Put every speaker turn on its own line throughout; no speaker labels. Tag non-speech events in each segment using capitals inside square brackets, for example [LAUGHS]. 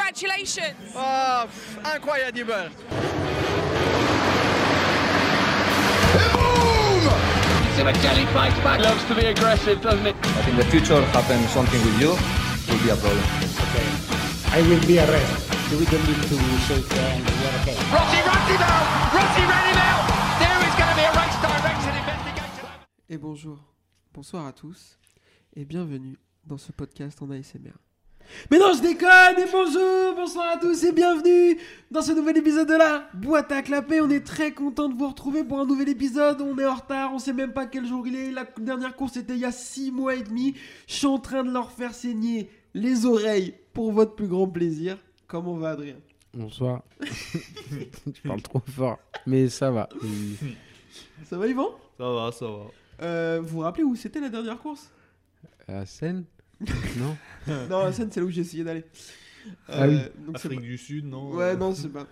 Congratulations!
Ah, pff, incroyable!
See what Kelly fights back.
Loves to be aggressive, doesn't it?
But in the future, happen something with you, it will be a problem.
I will be arrested. We don't need to shake hands. We're okay.
Rossi runs him out. Rossi ran him out. There is going to be a race direction investigation.
Et bonjour, bonsoir à tous, et bienvenue dans ce podcast en ASMR. Mais non, je déconne, et bonjour, bonsoir à tous, et bienvenue dans ce nouvel épisode de la boîte à clapper. On est très content de vous retrouver pour un nouvel épisode. On est en retard, on sait même pas quel jour il est. La dernière course était il y a 6 mois et demi. Je suis en train de leur faire saigner les oreilles pour votre plus grand plaisir. Comment va Adrien
Bonsoir. [LAUGHS] tu parles trop fort, mais ça va. Euh,
Ça va Yvan
Ça va, ça va.
Euh, Vous vous rappelez où c'était la dernière course
À Seine Non
Non, la scène, c'est là où j'ai essayé d'aller. Euh,
Ah oui.
donc c'est
Afrique du Sud, non euh.
pas- Ouais, non, c'est pas.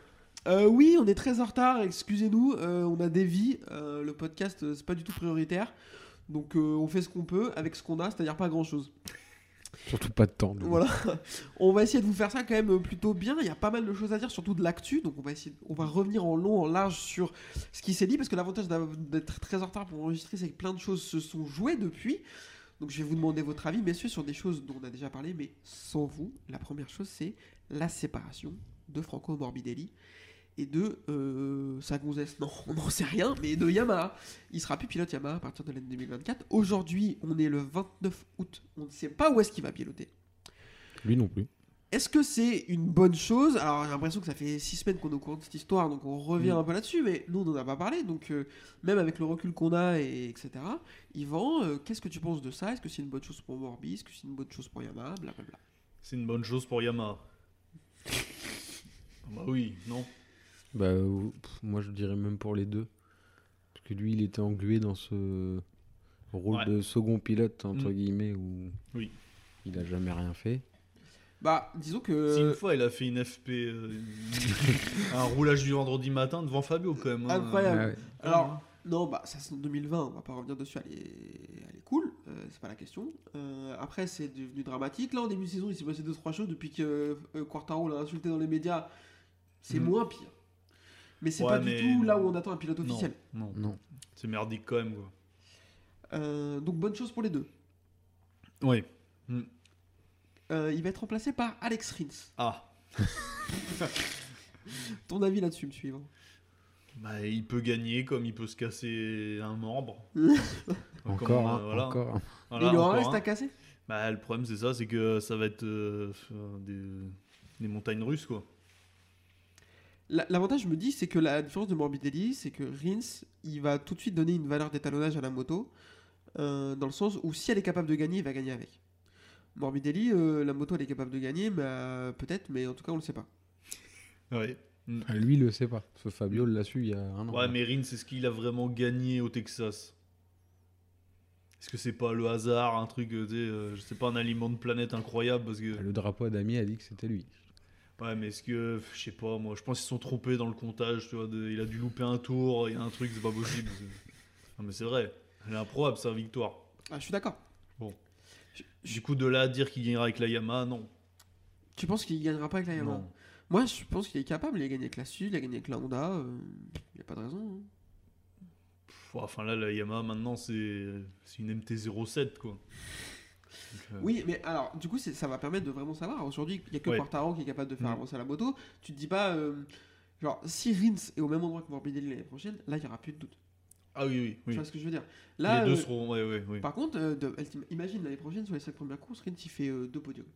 Euh, oui, on est très en retard, excusez-nous, euh, on a des vies, euh, le podcast, euh, c'est pas du tout prioritaire. Donc euh, on fait ce qu'on peut avec ce qu'on a, c'est-à-dire pas grand-chose.
Surtout pas de temps. nous.
Voilà. [LAUGHS] On va essayer de vous faire ça quand même euh, plutôt bien, il y a pas mal de choses à dire, surtout de l'actu, donc on va essayer on va revenir en long en large sur ce qui s'est dit parce que l'avantage d'av- d'être très en retard pour enregistrer, c'est que plein de choses se sont jouées depuis. Donc je vais vous demander votre avis, messieurs, sur des choses dont on a déjà parlé, mais sans vous. La première chose, c'est la séparation de Franco Morbidelli et de euh, sa gonzesse. Non, on n'en sait rien, mais de Yamaha. Il sera plus pilote Yamaha à partir de l'année 2024. Aujourd'hui, on est le 29 août. On ne sait pas où est-ce qu'il va piloter.
Lui non plus.
Est-ce que c'est une bonne chose Alors j'ai l'impression que ça fait six semaines qu'on est au courant de cette histoire, donc on revient
Mm.
un peu là-dessus, mais nous on n'en a pas parlé, donc euh, même avec le recul qu'on a, et, etc. Yvan, euh, qu'est-ce que tu penses de ça Est-ce que c'est une bonne chose pour Morbi Est-ce que c'est une bonne chose pour Yamaha Blablabla.
C'est une bonne chose pour
[LAUGHS]
Yamaha. Ah bah oui, non.
Bah, euh, pff, moi je dirais même pour les deux. Parce que lui, il était englué dans ce rôle
Ouais.
de second pilote, entre
Mm.
guillemets, où
Oui.
il a jamais rien fait.
Bah, disons
Si une
que...
fois, il a fait une FP, euh, une- un roulage du vendredi matin devant Fabio quand même. hein.
Incroyable.
Ah ouais.
Alors, non, bah ça c'est en 2020, on va pas revenir dessus, elle est, elle est cool, euh, c'est pas la question. Euh, après c'est devenu dramatique, là en début de saison il s'est passé deux trois choses depuis que euh, Quartaro l'a insulté dans les médias, c'est
Mhm.
moins pire. Mais c'est
Ouais,
pas
mais
du tout là
non.
où on attend un pilote
Non,
officiel.
non.
Non.
C'est merdique quand même, quoi.
Euh, donc bonne chose pour les deux.
Oui.
Euh, il va être remplacé par Alex Rins.
Ah.
Ton avis là-dessus, me suivant.
Bah, il peut gagner comme il peut se casser un
[LAUGHS]
membre. Comme,
Encore,
euh,
hein,
voilà.
encore. hein.
Voilà,
il aura
encore
un reste
un.
à casser
Bah, le problème, c'est ça, c'est que ça va être euh, euh, des, des montagnes russes, quoi.
La- L'avantage, je me dis, c'est que la différence de Morbidelli, c'est que Rins, il va tout de suite donner une valeur d'étalonnage à la moto, euh, dans le sens où si elle est capable de gagner, il va gagner avec. Morbidelli, euh, la moto, elle est capable de gagner, mais, euh, peut-être, mais en tout cas, on le sait pas.
Ouais.
Enfin, lui, il le sait pas. Parce que Fabio l'a su il y a un an.
Ouais, mais Rin, c'est ce qu'il a vraiment gagné au Texas. Est-ce que c'est pas le hasard, un truc, euh, tu sais, euh, je sais pas, un aliment de planète incroyable parce que.
Le drapeau à Damier a dit que c'était lui.
Ouais, mais est-ce que, pff, je sais pas, moi, je pense qu'ils se sont trompés dans le comptage, tu vois, de- il a dû louper un tour, il y a un truc, c'est pas possible. c'est- non, mais c'est vrai, elle est improbable, sa victoire.
Ah, je suis d'accord.
Du coup, de là à dire qu'il gagnera avec la Yamaha, non.
Tu penses qu'il gagnera pas avec la Yamaha
Non.
Moi, je pense qu'il est capable. Il a gagné avec la Sud, il a gagné avec la Honda. euh, il n'y a pas de raison. hein.
Pff, Enfin là, la Yamaha maintenant, c'est c'est une MT-07, quoi. Donc, euh,
Oui, mais alors, du coup, c'est- ça va permettre de vraiment savoir. Aujourd'hui, il n'y a que
Ouais.
Quartaro qui est capable de faire
Mm.
avancer la moto. Tu te dis pas, euh, genre, si Rins est au même endroit que Morbidelli l'année prochaine, là, il n'y aura plus de doute.
Ah oui, oui, oui.
Tu vois ce que je veux dire Là,
Les deux
euh,
seront, ouais, ouais, oui.
par contre, euh, de- elle t'im- imagine l'année prochaine, sur les 5 premières courses, Rins, il fait euh, deux podiums.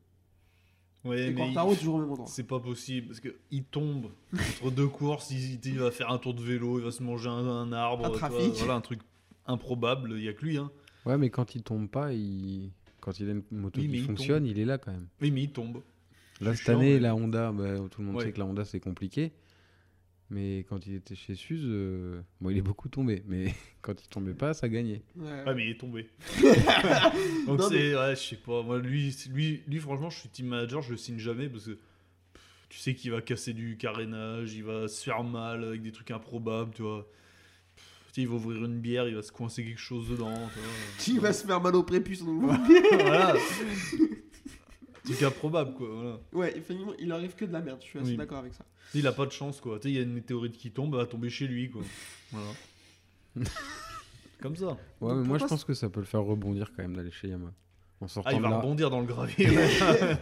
Ouais, mais
Et
il-
Quartaro, toujours au même
[LAUGHS]
endroit.
C'est pas possible parce que il tombe entre deux courses, il, il va faire un tour de vélo, il va se manger un, un arbre,
Un
tu vois,
trafic.
voilà un truc improbable, il y a que lui hein.
Ouais, mais quand il tombe pas, il... quand il a une moto
Oui, mais
qui
il
fonctionne, il est là quand même.
Oui, mais il tombe.
Là,
C'est
cette
chiant,
année,
mais-
la Honda, bah, tout le monde
Ouais.
sait que la Honda, c'est compliqué. Mais quand il était chez Suze, euh, bon, il est beaucoup tombé. Mais [LAUGHS] quand il tombait pas, ça gagnait.
Ouais.
Ouais, mais il est
[LAUGHS]
tombé. Donc
Non,
c'est ouais, je sais pas moi lui c'est- lui lui franchement, je suis team manager, je le signe jamais parce que pff, tu sais qu'il va casser du carénage, il va se faire mal avec des trucs improbables, tu vois. Pff, tu sais, il va ouvrir une bière, il va se coincer quelque
[LAUGHS]
chose dedans, tu vois.
Qui va se faire mal au prépuce on le voit.
voilà. Truc improbable, quoi. Voilà.
[LAUGHS] Ouais, effectivement, il arrive que de la merde, je suis assez
Oui.
d'accord avec ça.
Il a pas de chance, quoi. Tu sais, il y a une météorite qui tombe, elle va tomber chez lui, quoi. Voilà. Comme ça. Ah,
Ouais, mais
Donc
moi je
pourquoi
pense que ça peut le faire rebondir quand même d'aller chez Yama. En sortant
Ah, il
de
va
là.
rebondir dans le gravier. [LAUGHS] ouais.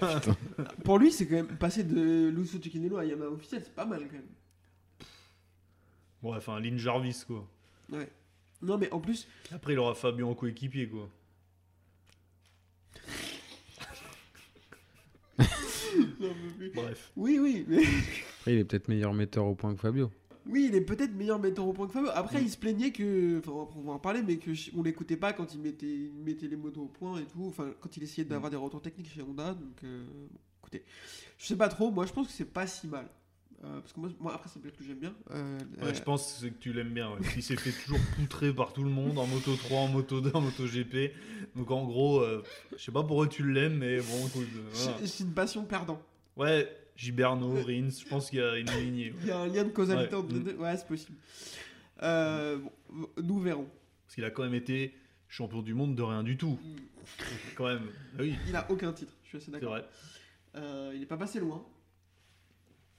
Pour lui, c'est quand même passer de Lusso Tukinello à Yama officiel, c'est pas mal quand même.
Ouais, enfin, Lynn Jarvis, quoi.
Ouais. Non, mais en plus,
Après, il aura Fabien en coéquipier, quoi. Bref.
oui, oui, mais-
Après, il est peut-être meilleur metteur au point que Fabio.
oui, il est peut-être meilleur metteur au point que Fabio. Après,
Mm.
il se plaignait que, enfin, après, on va en parler, mais que ch- on l'écoutait pas quand il mettait, il mettait les motos au point et tout. Enfin, quand il essayait
Mm.
d'avoir des retours techniques chez Honda, donc euh, bon, écoutez, je sais pas trop. Moi, je pense que c'est pas si mal. Euh, parce que moi, moi, après, c'est peut-être que j'aime bien. Euh,
Ouais,
euh,
je pense que tu l'aimes bien. Ouais. Il s'est fait toujours poutrer par tout le monde en moto 3, en moto 2, en moto GP. Donc en gros, euh, je sais pas pourquoi tu l'aimes, mais bon, écoute. euh, voilà.
c'est- c'est une passion perdant.
Ouais, Giberno, Rins, je pense qu'il y a une lignée. ouais.
Il y a un lien de causalité
Ouais.
entre les
Mm.
deux. Ouais, c'est possible. Euh, bon, nous verrons.
Parce qu'il a quand même été champion du monde de rien du tout. Quand même. Ah Oui,
Il a aucun titre, je suis assez
c'est
Mm. d'accord.
vrai.
Euh, il est pas passé loin. [LAUGHS]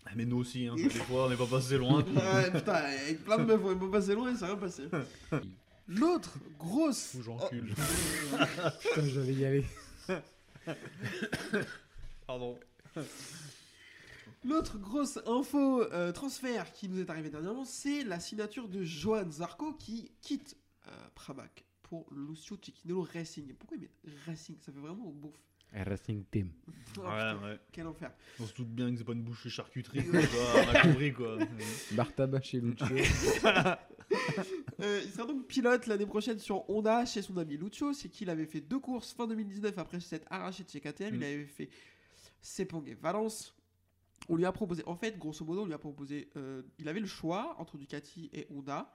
Ah, Mais nous aussi, hein, des fois, on n'est pas passé
[LAUGHS]
loin. puis-
Ouais, putain, avec plein de meufs, on est pas passé loin et ça
[LAUGHS]
rien passé. L'autre grosse.
Ou j'encule.
Oh.
Putain, je vais y
[LAUGHS]
aller.
Pardon.
L'autre grosse info euh, transfert qui nous est arrivée dernièrement, c'est la signature de Johan Zarco qui quitte euh, Pramac pour Lucio Ciccinello Racing. Pourquoi il met Racing Ça fait vraiment bouffe. [LAUGHS]
Eh,
Racing Team.
Oh,
Ouais,
putain,
ouais.
Quel enfer.
On se doute bien que c'est pas une bouche de charcuterie, quoi, on a compris,
[LAUGHS]
quoi.
Bartaba chez Lucho.
Euh, il sera donc pilote l'année prochaine sur Honda chez son ami Lucho. C'est qu'il avait fait deux courses fin 2019 après s'être arraché de chez KTM. Il
Mm.
avait fait Sepang et Valence. On lui a proposé, en fait, grosso modo, on lui a proposé, euh, il avait le choix entre Ducati et Honda.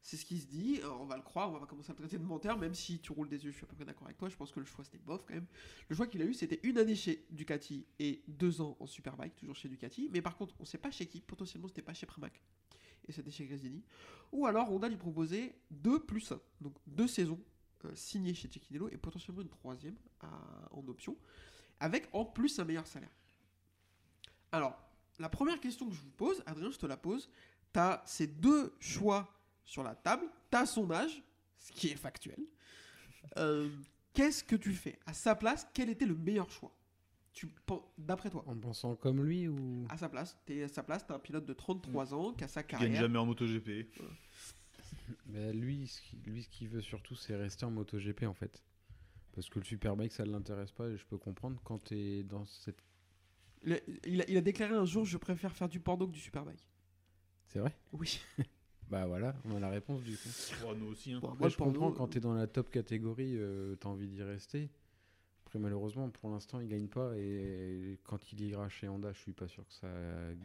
C'est ce qui se dit, euh, on va le croire, on va pas commencer à le traiter de menteur, même si tu roules des yeux, je suis à peu près d'accord avec toi, je pense que le choix c'était bof quand même. Le choix qu'il a eu c'était une année chez Ducati et deux ans en Superbike, toujours chez Ducati, mais par contre on sait pas chez qui, potentiellement c'était pas chez Pramac, et c'était chez Gresini. Ou alors Honda lui proposait 2 plus 1, donc deux saisons euh, signées chez Cecchinello et potentiellement une troisième à- en option, avec en plus un meilleur salaire. Alors, la première question que je vous pose, Adrien, je te la pose, t'as ces deux choix sur la table, t'as son âge, ce qui est factuel. Euh, Qu'est-ce que tu fais À sa place, quel était le meilleur choix Tu pen- D'après toi,
[LAUGHS] En pensant comme lui ou.
à sa place, t'es à sa place, t'es un pilote de 33 ans qui a sa
Mm. Il gagne
carrière.
jamais en MotoGP.
Bah, lui, ce qui- lui, ce qu'il veut surtout, c'est rester en MotoGP en fait. Parce que le Superbike, ça ne l'intéresse pas et je peux comprendre quand t'es dans cette.
Il a, il a- il a déclaré un jour Je préfère faire du porno que du superbike.
C'est vrai
Oui.
Bah voilà, on a la réponse du coup.
Ouais, nous aussi, hein.
Bon,
Moi, Bah,
moi,
je
le porno,
comprends quand t'es dans la top catégorie, euh, t'as envie d'y rester. Après, malheureusement, pour l'instant, il gagne pas. Et quand il ira chez Honda, je suis pas sûr que ça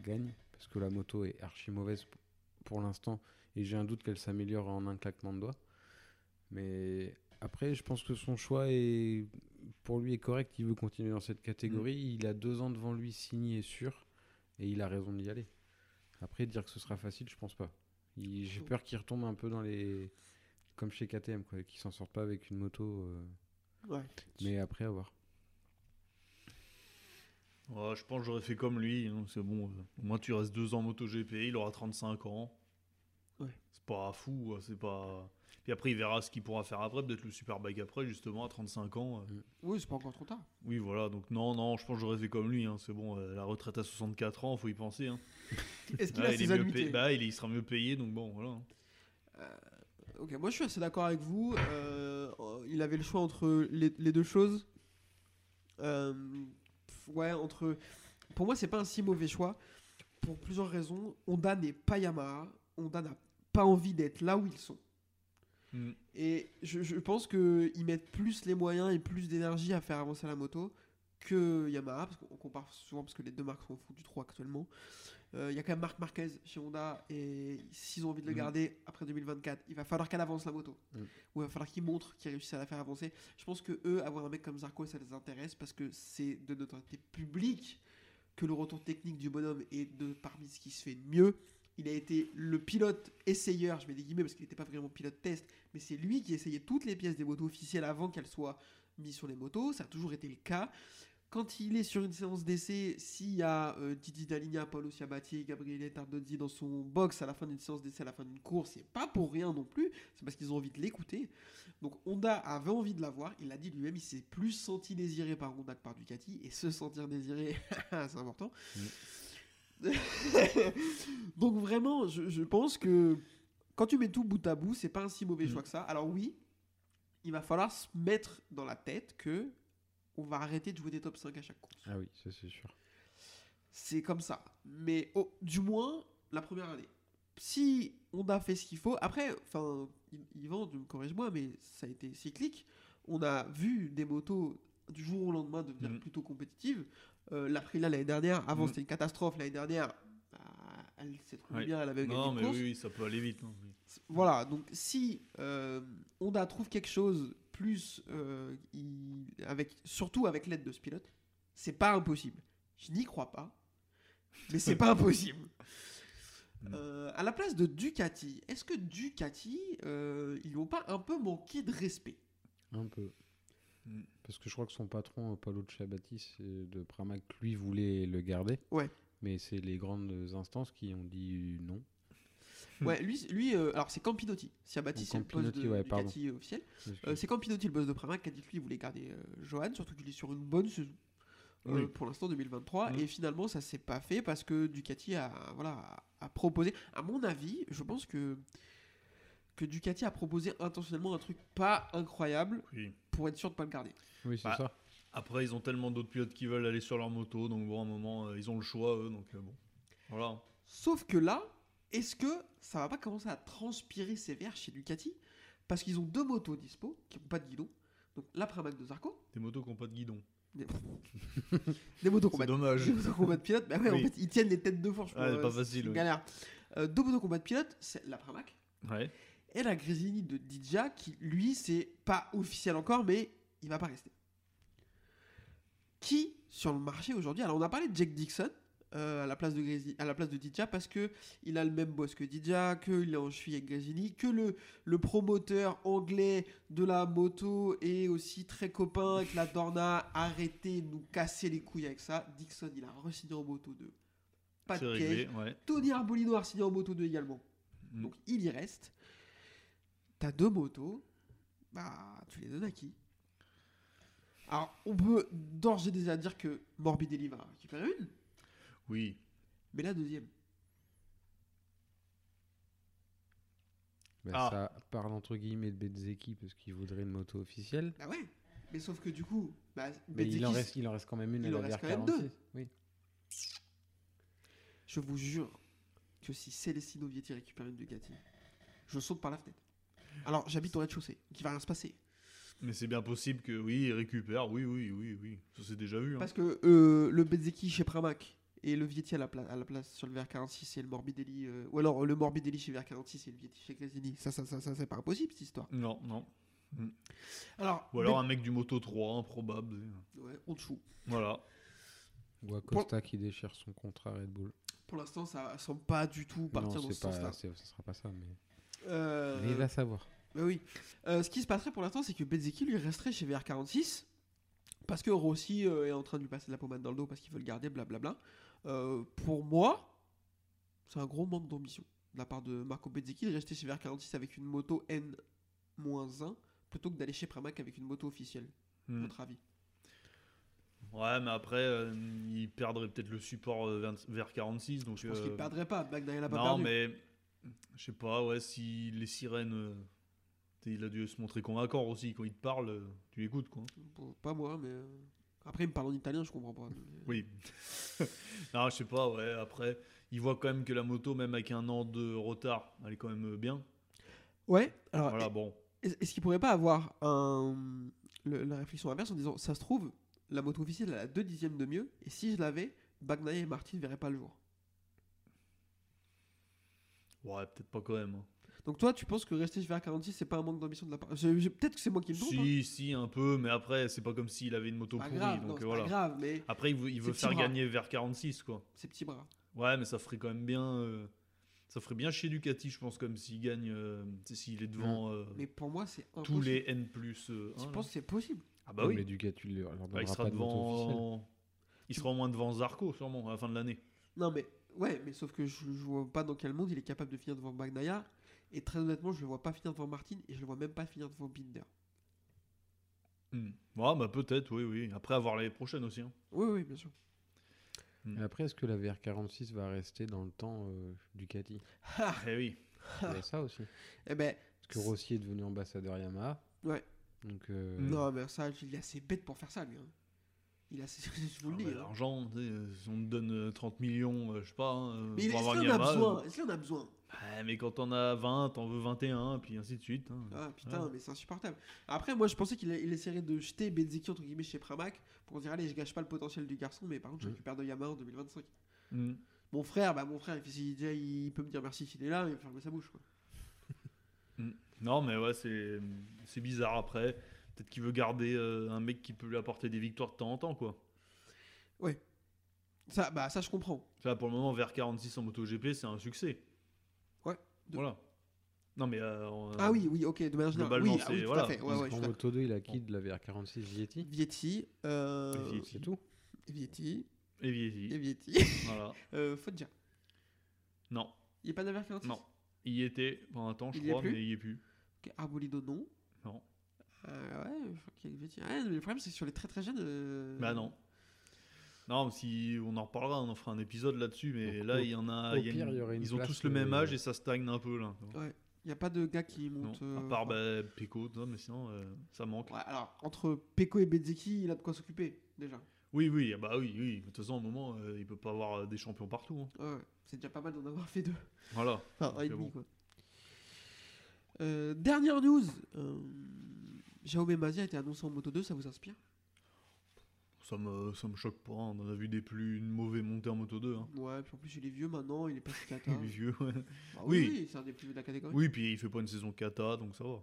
gagne. Parce que la moto est archi mauvaise p- pour l'instant. Et j'ai un doute qu'elle s'améliore en un claquement de doigts. Mais après, je pense que son choix est pour lui est correct. Il veut continuer dans cette catégorie. Il a deux ans devant lui signé sûr. Et il a raison d'y aller. Après, dire que ce sera facile, je pense pas. Il- J'ai peur qu'il retombe un peu dans les comme chez KTM, quoi, qui s'en sortent pas avec une moto. euh,
Ouais.
Mais après, à voir.
Ouais, je pense que j'aurais fait comme lui. hein, C'est bon, euh, au moins tu restes deux ans en MotoGP, il aura 35 ans.
Ouais.
C'est pas fou, quoi, c'est pas. Puis après, il verra ce qu'il pourra faire après, peut-être le Superbike après, justement, à 35 ans. euh.
Oui, c'est pas encore trop tard.
Oui, voilà, donc non, non, je pense que j'aurais fait comme lui. hein, C'est bon, euh, la retraite à 64 ans, faut y penser. hein.
Est-ce qu'il
Ah,
a
il, est
ses
mieux
annuités
payé, bah, il, est- il sera mieux payé, donc bon, voilà. hein.
Ok, moi je suis assez d'accord avec vous. Euh, euh, il avait le choix entre les, les deux choses. Euh, pff, ouais, entre. Pour moi, c'est pas un si mauvais choix. Pour plusieurs raisons. Honda n'est pas Yamaha. Honda n'a pas envie d'être là où ils sont.
Mm.
Et je, je pense qu'ils mettent plus les moyens et plus d'énergie à faire avancer la moto que Yamaha, parce qu'on compare souvent parce que les deux marques sont fous du 3 actuellement. Euh, Il y a quand même Marc Marquez chez Honda, et s'ils ont envie de le
Mhm.
garder après 2024, il va falloir qu'elle avance la moto.
Mhm.
Ou il va falloir qu'ils montrent qu'ils réussissent à la faire avancer. Je pense que eux, avoir un mec comme Zarco, ça les intéresse parce que c'est de notoriété publique que le retour technique du bonhomme est de parmi ce qui se fait de mieux. Il a été le pilote essayeur, je mets des guillemets parce qu'il n'était pas vraiment pilote test, mais c'est lui qui essayait toutes les pièces des motos officielles avant qu'elles soient mises sur les motos. Ça a toujours été le cas. quand il est sur une séance d'essai, s'il y a euh, Didi Daligna, Paolo Ciabatti, Gabriele Tardozzi dans son box à la fin d'une séance d'essai, à la fin d'une course, c'est pas pour rien non plus, c'est parce qu'ils ont envie de l'écouter. Donc Honda avait envie de l'avoir, il l'a dit lui-même, il s'est plus senti désiré par Honda que par Ducati, et se sentir désiré, [LAUGHS] c'est important. Donc vraiment, je, je pense que quand tu mets tout bout à bout, c'est pas un si mauvais
Mm.
choix que ça. Alors oui, il va falloir se mettre dans la tête que on va arrêter de jouer des top 5 à chaque course.
Ah oui, ça c'est sûr.
C'est comme ça. Mais oh, du moins, la première année. Si on a fait ce qu'il faut, après, enfin, Y- Yvan, tu me corriges-moi, mais ça a été cyclique. On a vu des motos du jour au lendemain devenir
Mhm.
plutôt compétitives. Euh, la Prila l'année dernière, avant
Mhm.
c'était une catastrophe. L'année dernière, bah, elle s'est trouvée
Ouais.
bien, elle avait gagné
Non,
une
mais
Euh, course.
oui, oui, ça peut aller vite. hein, oui.
Voilà, donc si euh, Honda trouve quelque chose plus, euh, il- avec, surtout avec l'aide de ce pilote, c'est pas impossible. Je n'y crois pas, mais c'est
[LAUGHS]
pas impossible. Euh, à la place de Ducati, est-ce que Ducati, euh, ils n'ont pas un peu manqué de respect
Un peu.
Mm.
Parce que je crois que son patron, euh, Paolo Chabati de Pramac, lui voulait le garder.
Ouais.
Mais c'est les grandes instances qui ont dit non.
Ouais, lui, lui euh, alors c'est Campinotti. Siabati,
Donc
c'est le poste de
Hmm. Campinotti, ouais, pardon.
Ducati officiel. Euh, c'est Campinotti, le boss de Pramac, qui a dit que lui, il voulait garder euh, Johan, surtout qu'il est sur une bonne saison. euh,
Oui.
Pour l'instant 2023
Mhm.
et finalement ça s'est pas fait parce que Ducati a voilà a a proposé à mon avis je pense que que Ducati a proposé intentionnellement un truc pas incroyable
Oui.
pour être sûr de pas le garder
Oui, c'est
Bah,
ça.
Après, ils ont tellement d'autres pilotes qui veulent aller sur leur moto, donc bon, à un moment, euh, ils ont le choix, eux, donc euh, bon. Voilà.
sauf que là est-ce que ça va pas commencer à transpirer sévère chez Ducati parce qu'ils ont deux motos dispo qui n'ont pas de guidon donc la Pramac de Zarco
Des motos qui n'ont pas de guidon.
des, des motos qu'on
C'est
va
dommage.
Deux motos combat de pilote, bah ouais,
Oui.
en fait, ils tiennent les têtes de fourche.
Ah, c'est
euh,
pas facile,
une
oui.
galère. Euh, deux motos combat de pilote, c'est la Pramac
[LAUGHS] Ouais.
et la Grésini de Didja, qui lui, c'est pas officiel encore, mais il va pas rester. Qui, sur le marché aujourd'hui, alors on a parlé de Jack Dixon. euh, à la place de Grésini- à la place de Didja parce que il a le même boss que Didja, que il est en cheville avec Grésini, que le, le promoteur anglais de la moto est aussi très copain avec la Dorna, arrêtez de nous casser les couilles avec ça. Dixon, il a re-signé en moto 2. Pas
C'est
de cage.
réglé, ouais.
Tony Arbolino a signé en moto 2 également.
Mm.
Donc il y reste. T'as deux motos. Bah, tu les donnes à qui Alors, on peut d'ores et déjà dire que Morbidelli va récupérer une,
Oui.
mais la deuxième.
Bah,
Ah.
Ça parle entre guillemets de Bezzeki parce qu'il voudrait une moto officielle.
Bah ouais. Mais sauf que du coup, bah,
Mais il en,
Bezzeki,
reste, il en reste quand même une
il
à
en
la
reste
VR46.
quand même deux.
Oui.
je vous jure que si Celestino Vietti récupère une Ducati, je saute par la fenêtre. Alors, j'habite au rez-de-chaussée, donc il va rien se passer.
Mais c'est bien possible que, oui, ils récupèrent, oui, oui, oui, oui. Ça s'est déjà vu. hein.
Parce que euh, le Bezzeki chez Pramac et le Vietti à la, pla- à la place sur le VR46 et le Morbidelli. euh, ou alors euh, le Morbidelli chez VR46 et le Vietti chez Gresini. Ça, ça, ça, ça c'est pas impossible cette histoire.
Non, non.
Alors,
Ou alors un mec du Moto 3, improbable.
mais- ouais, on te fout.
Voilà.
Ou Acosta qui déchire son contrat à Red Bull.
Pour l'instant, ça semble pas du tout partir
Non,
dans ce
c'est pas,
sens-là.
c'est- ce sera pas ça. Mais,
Euh,
mais il va savoir.
bah oui. Euh, ce qui se passerait pour l'instant, c'est que Bezzeki lui resterait chez VR46 parce que Rossi euh, est en train de lui passer de la pommade dans le dos parce qu'il veut le garder, blablabla. Euh, pour moi, c'est un gros manque d'ambition de la part de Marco Bezzecchi de rester chez VR46 avec une moto N-1 plutôt que d'aller chez Pramac avec une moto officielle, à
Mm.
votre avis.
Ouais, mais après, euh, ils perdraient peut-être le support euh, 20 vers 46. Donc,
Je pense qu'il
euh,
ne perdrait pas, Bagnaia l'a pas
Non,
perdu.
mais je sais pas, ouais, si les sirènes. euh, t'sais, il a dû se montrer convaincant aussi. Quand il te parle, euh, tu l'écoutes, quoi.
Bon, pas moi, mais... euh, Après, il me parle en italien, je comprends pas.
Oui. [LAUGHS] non, je sais pas, ouais. Après, il voit quand même que la moto, même avec un an de retard, elle est quand même euh, bien.
Ouais, alors
Voilà, bon.
Est- Est-ce qu'il pourrait pas avoir un- le- la réflexion inverse en disant ça se trouve, la moto officielle elle a 2 dixièmes de mieux, et si je l'avais, Bagnaia et Martin ne verraient pas le jour.
Ouais, peut-être pas quand même. hein.
Donc toi, tu penses que rester chez VR46, c'est pas un manque d'ambition de la part je- je- Peut-être que c'est moi qui me trompe. hein.
Si, si, un peu, mais après, c'est pas comme s'il avait une moto
C'est pas
pourrie.
grave, non,
donc
c'est
euh, voilà.
pas grave, mais
Après, il veut, il
C'est
veut
petit
faire
bras.
gagner vers 46, quoi.
c'est petit bras.
Ouais, mais ça ferait quand même bien. euh, ça ferait bien chez Ducati, je pense, comme s'il gagne. euh, tu sais, s'il est devant euh,
Mm. Mais pour moi, c'est
tous
impossible.
les N. plus, euh,
Je
un, là.
pense que c'est possible.
Ah bah oui.
Mais Ducati tu leur
Bah, il
donnera
sera
pas de moto officielle.
devant. Il sera au moins devant Zarco, sûrement, à la fin de l'année.
Non, mais ouais, mais sauf que je, je vois pas dans quel monde il est capable de finir devant Bagnaia. Et très honnêtement, je le vois pas finir devant Martin et je le vois même pas finir devant Binder.
Hmm. Ouais, bah peut-être, oui, oui. Après, avoir les prochaines aussi. hein.
Oui, oui, bien sûr. [LAUGHS]
Et Après, est-ce que la VR46 va rester dans le temps euh,
[LAUGHS]
Ducati
Eh oui.
Il y a ça aussi.
Ah, Eh ben,
Parce que Rossi est devenu ambassadeur Yamaha.
Ouais.
Donc, euh,
Mm.
non, mais ça, il est assez bête pour faire ça, lui. hein. Il a assez. [LAUGHS] Je vous
Ah,
le dis.
bah,
hein.
L'argent, tu sais, euh, si on te donne euh, 30 millions, euh, je sais pas, hein,
Mais est-ce
pour avoir
qu'il en a
Yamaha,
besoin Est-ce qu'il en a besoin
euh, ouais, mais quand t'en as 20, t'en veux 21, puis ainsi de suite. hein.
Ah putain, mais c'est insupportable. Après, moi, je pensais qu'il il essaierait de jeter Benzeki entre guillemets chez Pramac pour dire allez, je gâche pas le potentiel du garçon, mais par contre, je
Mm.
récupère de Yamaha en 2025.
Hmm.
Mon frère, bah mon frère, il, fait- si- déjà, il peut me dire merci s'il est là, mais fermer sa bouche. Quoi.
Non, mais ouais, c'est c'est bizarre après. Peut-être qu'il veut garder euh, un mec qui peut lui apporter des victoires de temps en temps, quoi.
Ça, bah ça, je comprends.
Ça, pour le moment, vers 46 en MotoGP, c'est un succès.
Ouais. De-
Voilà. Non, mais. euh, on-
Ah oui, oui, ok, de manière générale.
Globalement,
Oui, ah, oui,
c'est-
tout
voilà.
à fait. Ouais,
parce
ouais, je
qu'en
suis d'accord.
Moto 2, il a quitté de la VR46 Vietti.
Vietti, euh,
Vietti.
C'est tout.
Vietti,
Et Viesi.
et Vietti,
euh,
[LAUGHS]
Voilà.
euh, Foggia.
Non,
Il est pas d'avers 46
non. Il y était pendant un temps, je
Il y est
crois,
plus
mais il y est plus.
Ok, Arbolido, non.
Non.
Euh, ouais, je crois qu'il y a Vietti. Ouais, mais le problème, c'est que sur les très très jeunes. euh,
Bah non. Non, si on en reparlera, on en fera un épisode là-dessus, mais
Donc,
là,
au-
il y en a.
au
il y a
pire,
une-
il y aurait une
Ils ont
place
tous le
que-
même âge et ça stagne un peu là.
Il n'y a pas de gars qui
Non,
monte.
à
euh,
part
fort.
bah, Pecco, non, mais sinon, euh, ça manque.
Ouais, alors, entre Peko et Bezeki, il a de quoi s'occuper, déjà.
Oui, oui, ah bah oui, oui. De toute façon, à un moment, euh, il peut pas avoir euh, des champions partout. hein.
Ouais, c'est déjà pas mal d'en avoir fait deux.
Voilà.
Enfin,
Donc,
un et
euh,
demi,
bon.
quoi. Euh, dernière news. Euh, Jaume Mazia a été annoncé en Moto 2, ça vous inspire
Ça me, ça me choque pas. hein. On en a vu des plus mauvais montées en moto 2. Hein.
Ouais, puis en plus, il est vieux maintenant, il est passé Kata.
Il est vieux, ouais.
Bah oui,
Oui.
Ah. oui, c'est un des plus vieux de la catégorie.
Oui, puis il fait pas une saison kata, donc ça va.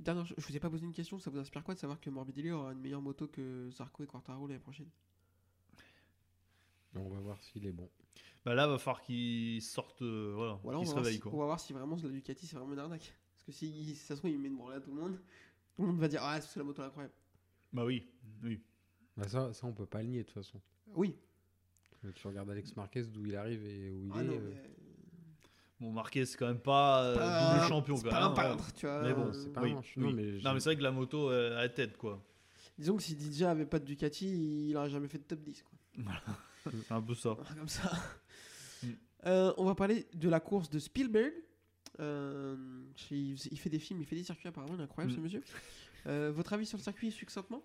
Dernière, chose, je vous ai pas posé une question, ça vous inspire quoi de savoir que Morbidelli aura une meilleure moto que Zarco et Quartaro l'année prochaine
On va voir s'il est bon.
Bah là, va falloir qu'il sorte, euh, voilà,
Ou alors, on
qu'il
va,
se
voir
réveille
si,
quoi.
on va voir si vraiment la Ducati c'est vraiment une arnaque. Parce que si, si ça se trouve, il met une branlée à tout le monde, tout le monde va dire Ah, c'est la moto incroyable.
Bah oui, oui.
Bah, ça, ça, on peut pas le nier de toute façon.
Oui.
Euh, Tu regardes Alex Marquez d'où il arrive et où il
Ah
est.
non,
euh,
mais,
Bon, Marquez, c'est quand même pas, euh,
pas-
double champion
c'est
quand
pas un
même. hein.
peintre, tu vois.
Mais bon,
Euh,
c'est pas
oui,
un manche.
oui.
Non, mais
Non,
j'ai-
mais c'est vrai que la moto euh, à la tête, quoi.
Disons que si DJ avait pas de Ducati, il aurait jamais fait de top 10. Quoi. [LAUGHS]
C'est un peu ça.
Comme ça.
Mm.
Euh, on va parler de la course de Spielberg. Euh, il il fait des films, il fait des circuits apparemment, il est incroyable
Mm.
ce monsieur. Euh, votre avis sur le circuit succinctement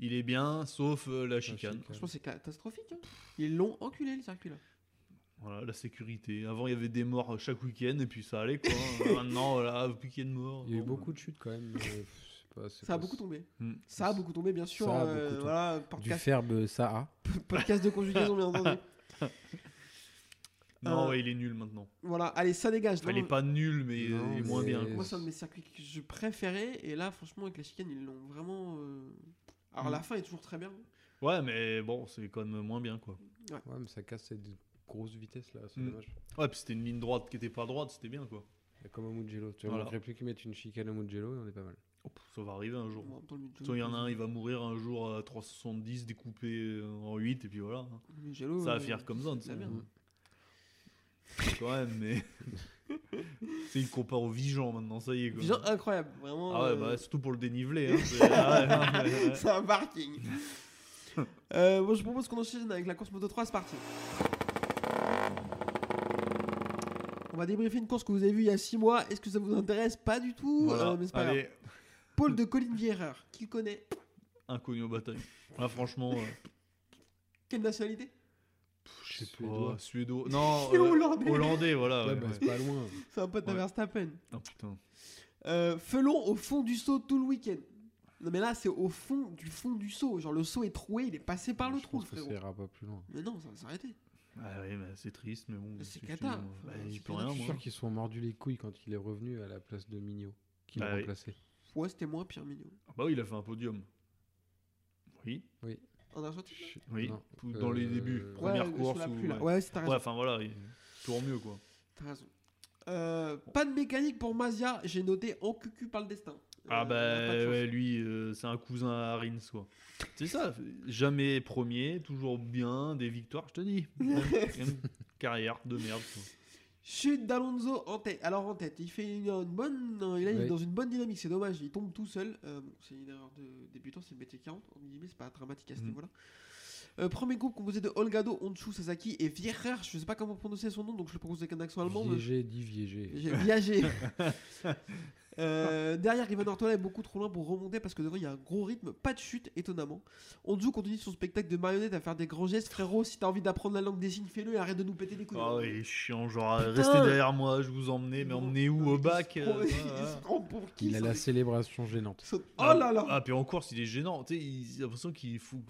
Il est bien, sauf euh, la chicane.
chicane.
Je pense que c'est catastrophique. hein. Ils l'ont enculé le circuit là.
Voilà, la sécurité. Avant, il y avait des morts chaque week-end, et puis ça allait,
[LAUGHS]
quoi. Euh, Maintenant, voilà, plus qu'il y a de morts.
Il y a eu
bon,
beaucoup
bah.
de chutes quand même. mais, euh, pff, c'est pas- c'est
Ça a
pas-
beaucoup tombé.
Mm.
Ça a beaucoup tombé, bien sûr.
Ça a
euh,
beaucoup tombé.
voilà,
Du
podcast,
ferbe ça a.
podcast de conjugaison,
[LAUGHS]
bien entendu.
Non,
Euh,
ouais, il est nul maintenant.
Voilà, allez, ça dégage.
Enfin, il
non,
est pas nul, mais euh,
Non,
il est moins
mais-
bien.
Moi, c'est un de mes circuits que je préférais. Et là, franchement, avec la chicane, ils l'ont vraiment. euh, Alors,
Mm.
la fin est toujours très bien.
quoi. Ouais, mais bon, c'est quand même moins bien, quoi.
Ouais, mais ça casse cette grosse vitesse là, c'est
Mm.
dommage.
Ouais, puis c'était une ligne droite qui était pas droite, c'était bien, quoi.
Et Comme au Mugello. Tu
Voilà.
ne plus qu'ils mettent une chicane au Mugello et on est pas mal.
Oh, pff, ça va arriver un jour.
Bon, dans le
Soit il y en a un, il va mourir un jour à 370, découpé euh, en 8, et puis voilà. hein.
le Mugello,
Ça va
euh,
faire Mm. comme ça, tu
c'est
sais.
la merde.
Quand même, mais. [LAUGHS] c'est il compare au Vigeant maintenant, ça y est. Quoi.
Vigeant, incroyable, vraiment.
Ah ouais,
euh,
bah surtout pour le
[LAUGHS]
dénivelé. Hein, c'est- ah ouais, ouais, ouais.
c'est
[LAUGHS]
un parking. Euh, bon, je propose qu'on enchaîne avec la course Moto 3, c'est parti. On va débriefer une course que vous avez vue il y a 6 mois. Est-ce que ça vous intéresse Pas du tout.
Voilà,
euh, mais c'est pas grave.
allez,
Paul de Colin Vierer, qui le connaît
inconnu aux batailles. Là, franchement, euh,
Quelle nationalité
pff, je sais
Suédois.
pas, Suédois. Non,
C'est
euh,
hollandais.
Hollandais, voilà.
Ouais,
Ah ouais,
bah,
ouais.
c'est pas loin.
[LAUGHS] C'est un pote à
Ouais.
Verstappen.
Ah, putain.
Euh, Felon au fond du seau tout le week-end. Non, mais là, c'est au fond du fond du seau. Genre, le seau est troué, il est passé par le
Je
trou,
pense que
frérot.
ça ira pas plus loin.
Mais non, ça va s'arrêter.
Ah ouais, bah, c'est triste, mais bon. qu'est-ce
C'est
que je te
Qatar.
dis, moi Bah,
Enfin, c'est
il peut
Qatar.
rien,
Je suis
moi.
sûr qu'ils se sont mordus les couilles quand il est revenu à la place de Mignot, qui
Bah
l'a
oui.
remplacé.
Ouais, c'était moins Pierre Mignot.
Ah bah oui, il a fait un podium. Oui,
En Argentine
Je-
oui.
non,
Pou- Dans les
euh,
débuts,
Ouais,
première
sous
course.
la
ou-
pluie, là.
ouais.
Ouais, c'est t'as raison.
Ouais, enfin voilà, il- toujours mieux quoi.
T'as raison. Euh, pas de mécanique pour Mazia, j'ai noté en cucu par le destin.
Ah
Euh,
bah
pas de chance.
ouais, lui, euh, c'est un cousin à Harins, quoi. C'est ça, jamais premier, toujours bien, des victoires, je te dis. Une carrière de merde. quoi.
Chute d'Alonso en tête. Alors en tête, il fait une, une bonne, euh, il est
Oui.
dans une bonne dynamique. C'est dommage, il tombe tout seul. Euh, bon, c'est une erreur de débutant, c'est le métier 40 en guillemets, c'est pas dramatique à ce
Mhm.
niveau-là. Euh, premier groupe composé de Olgado, Honshu, Sasaki et Vierer. Je sais pas comment prononcer son nom, donc je le propose avec un accent allemand. mais-
Viégé, dit Viégé.
J'ai viagé. Euh, derrière, Ivan Ortola est beaucoup trop loin pour remonter parce que devant il y a un gros rythme, pas de chute étonnamment. Onzu continue son spectacle de marionnette à faire des grands gestes. Frérot, si t'as envie d'apprendre la langue des signes, fais-le et arrête de nous péter les couilles.
Ah ouais, chiant, genre,
Putain.
restez derrière moi, je vous emmenais, mais
Non,
emmenez où
non,
au
il
bac
se
euh,
prend-
ouais,
Il se
ouais.
prend pour qui
Il a
ça
la célébration gênante.
Saute-
Ah,
Oh là là
Ah, puis en course, il est gênant, tu sais, il- j'ai l'impression qu'il faut,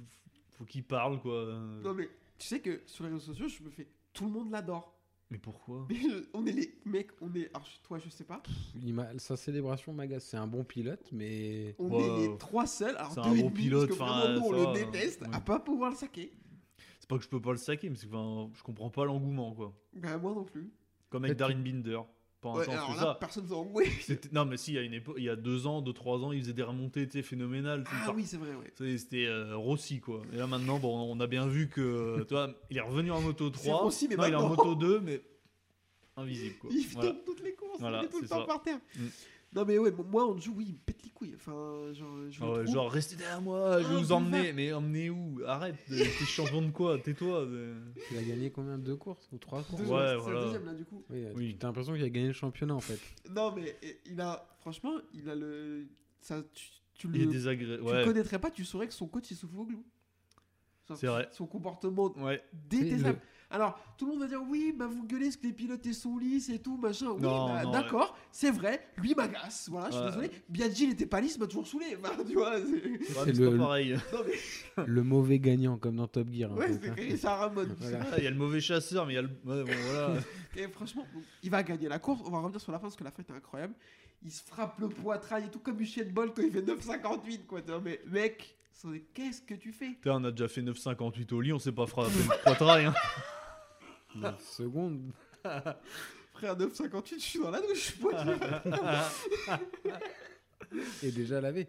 faut qu'il parle, quoi.
Non mais tu sais que sur les réseaux sociaux, je me fais tout le monde l'adore. [LAUGHS]
Mais pourquoi
Mais je- on est les mecs, on est. Alors toi, je sais pas.
Il m'a- sa célébration m'agace. C'est un bon pilote, mais
On
Wow.
est les trois seuls. Alors
C'est
deux
un
et
bon
demi,
pilote,
parce que
enfin,
vraiment, nous, on
ça va.
le déteste à
Oui.
pas pouvoir le saquer.
C'est pas que je peux pas le saquer, mais c'est que enfin, je comprends pas l'engouement, quoi.
Bah moi non plus.
Comme avec
Peut-être
Darin Binder. Pendant un
Ouais,
temps,
alors
parce que
là,
ça,
personne s'en ouais.
C'était- Non, mais si, à une époque, il y a deux ans, deux, trois ans, il faisait des remontées tu sais, phénoménales. tout le
Ah
temps.
oui, c'est vrai, ouais.
C'est- C'était euh, Rossi, quoi. Et là, maintenant, bon, on a bien vu que, tu vois, il est revenu en moto
C'est
3.
Rossi, mais
non, il est en
maintenant.
moto 2, mais invisible, quoi.
Il
Voilà.
tombe toutes les courses,
Voilà,
il est tout le
c'est
temps
ça.
par terre.
Mm.
Non mais ouais, moi on joue, oui, il me pète les couilles. Enfin, genre, je
Ah
le
ouais,
trouve.
genre, restez derrière moi, je vais
Ah,
vous
boulevard.
emmener. Mais emmenez où Arrête, euh,
[LAUGHS]
t'es champion de quoi Tais-toi. euh.
il a gagné combien Deux courses ou trois courses
Deux-
Ouais,
c'est
voilà.
le deuxième là du coup.
Oui, euh,
Oui.
t'as l'impression qu'il a gagné le championnat en
[LAUGHS]
fait.
Non mais et- il a, franchement, il a le, ça, tu, tu le,
Il est désagréable.
tu le
Ouais,
connaîtrais pas, tu saurais que son coach il souffre au glou. Genre,
C'est vrai.
Son comportement
ouais.
détestable. Alors tout le monde va dire oui, bah vous gueulez parce que les pilotes ils sont lisses et tout machin. Oui,
Non,
bah,
non,
d'accord, c'est vrai. Lui m'agace, voilà, je suis
Ouais.
désolé. Biaggi il était pas lisse, il m'a toujours saoulé. Bah, tu vois, c'est-
Ouais, mais c'est
le-
pas pareil.
non mais
Le mauvais gagnant comme dans Top Gear. un
ouais,
peu,
c'est
hein.
Chris Aramon.
Voilà.
[LAUGHS] Ah, Il y a le mauvais chasseur, mais il y a le. Ouais, bon,
[LAUGHS]
voilà.
Et franchement, donc, il va gagner la course. On va revenir sur la fin parce que la fin est incroyable. Il se frappe le poitrail et tout comme Usain Bolt quand il fait 9,58 quoi. T'es là, mais mec, c'est- qu'est-ce que tu fais
Putain, on a déjà fait 9,58 au lit, on s'est pas [LAUGHS] frappé le poitrail, hein.
Une seconde.
Frère 9,58, je suis dans la douche. moi,
[LAUGHS]
tu vois.
Et déjà lavé.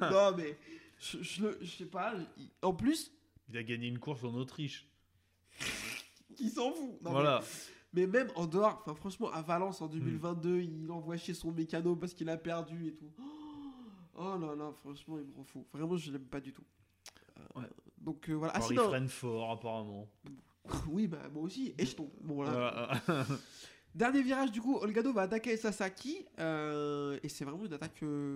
non mais je, je le- je sais pas. il- En plus,
Il a gagné une course en Autriche.
il s'en fout. Non,
voilà. Hmm.
Mais, mais même en dehors, enfin franchement, à Valence en 2022, il envoie chez son mécano parce qu'il a perdu et tout. Oh là là, franchement, il me rend fou. Vraiment, je l'aime pas du tout. Euh,
Ouais.
Donc euh, voilà. Ah,
Alors, il
sinon-
freine fort, apparemment.
[LAUGHS] Oui, bah moi aussi, et je tombe. Bon, voilà. [LAUGHS]
Voilà. [LAUGHS]
Dernier virage, du coup, Olgado va attaquer Sasaki. euh, et c'est vraiment une attaque euh,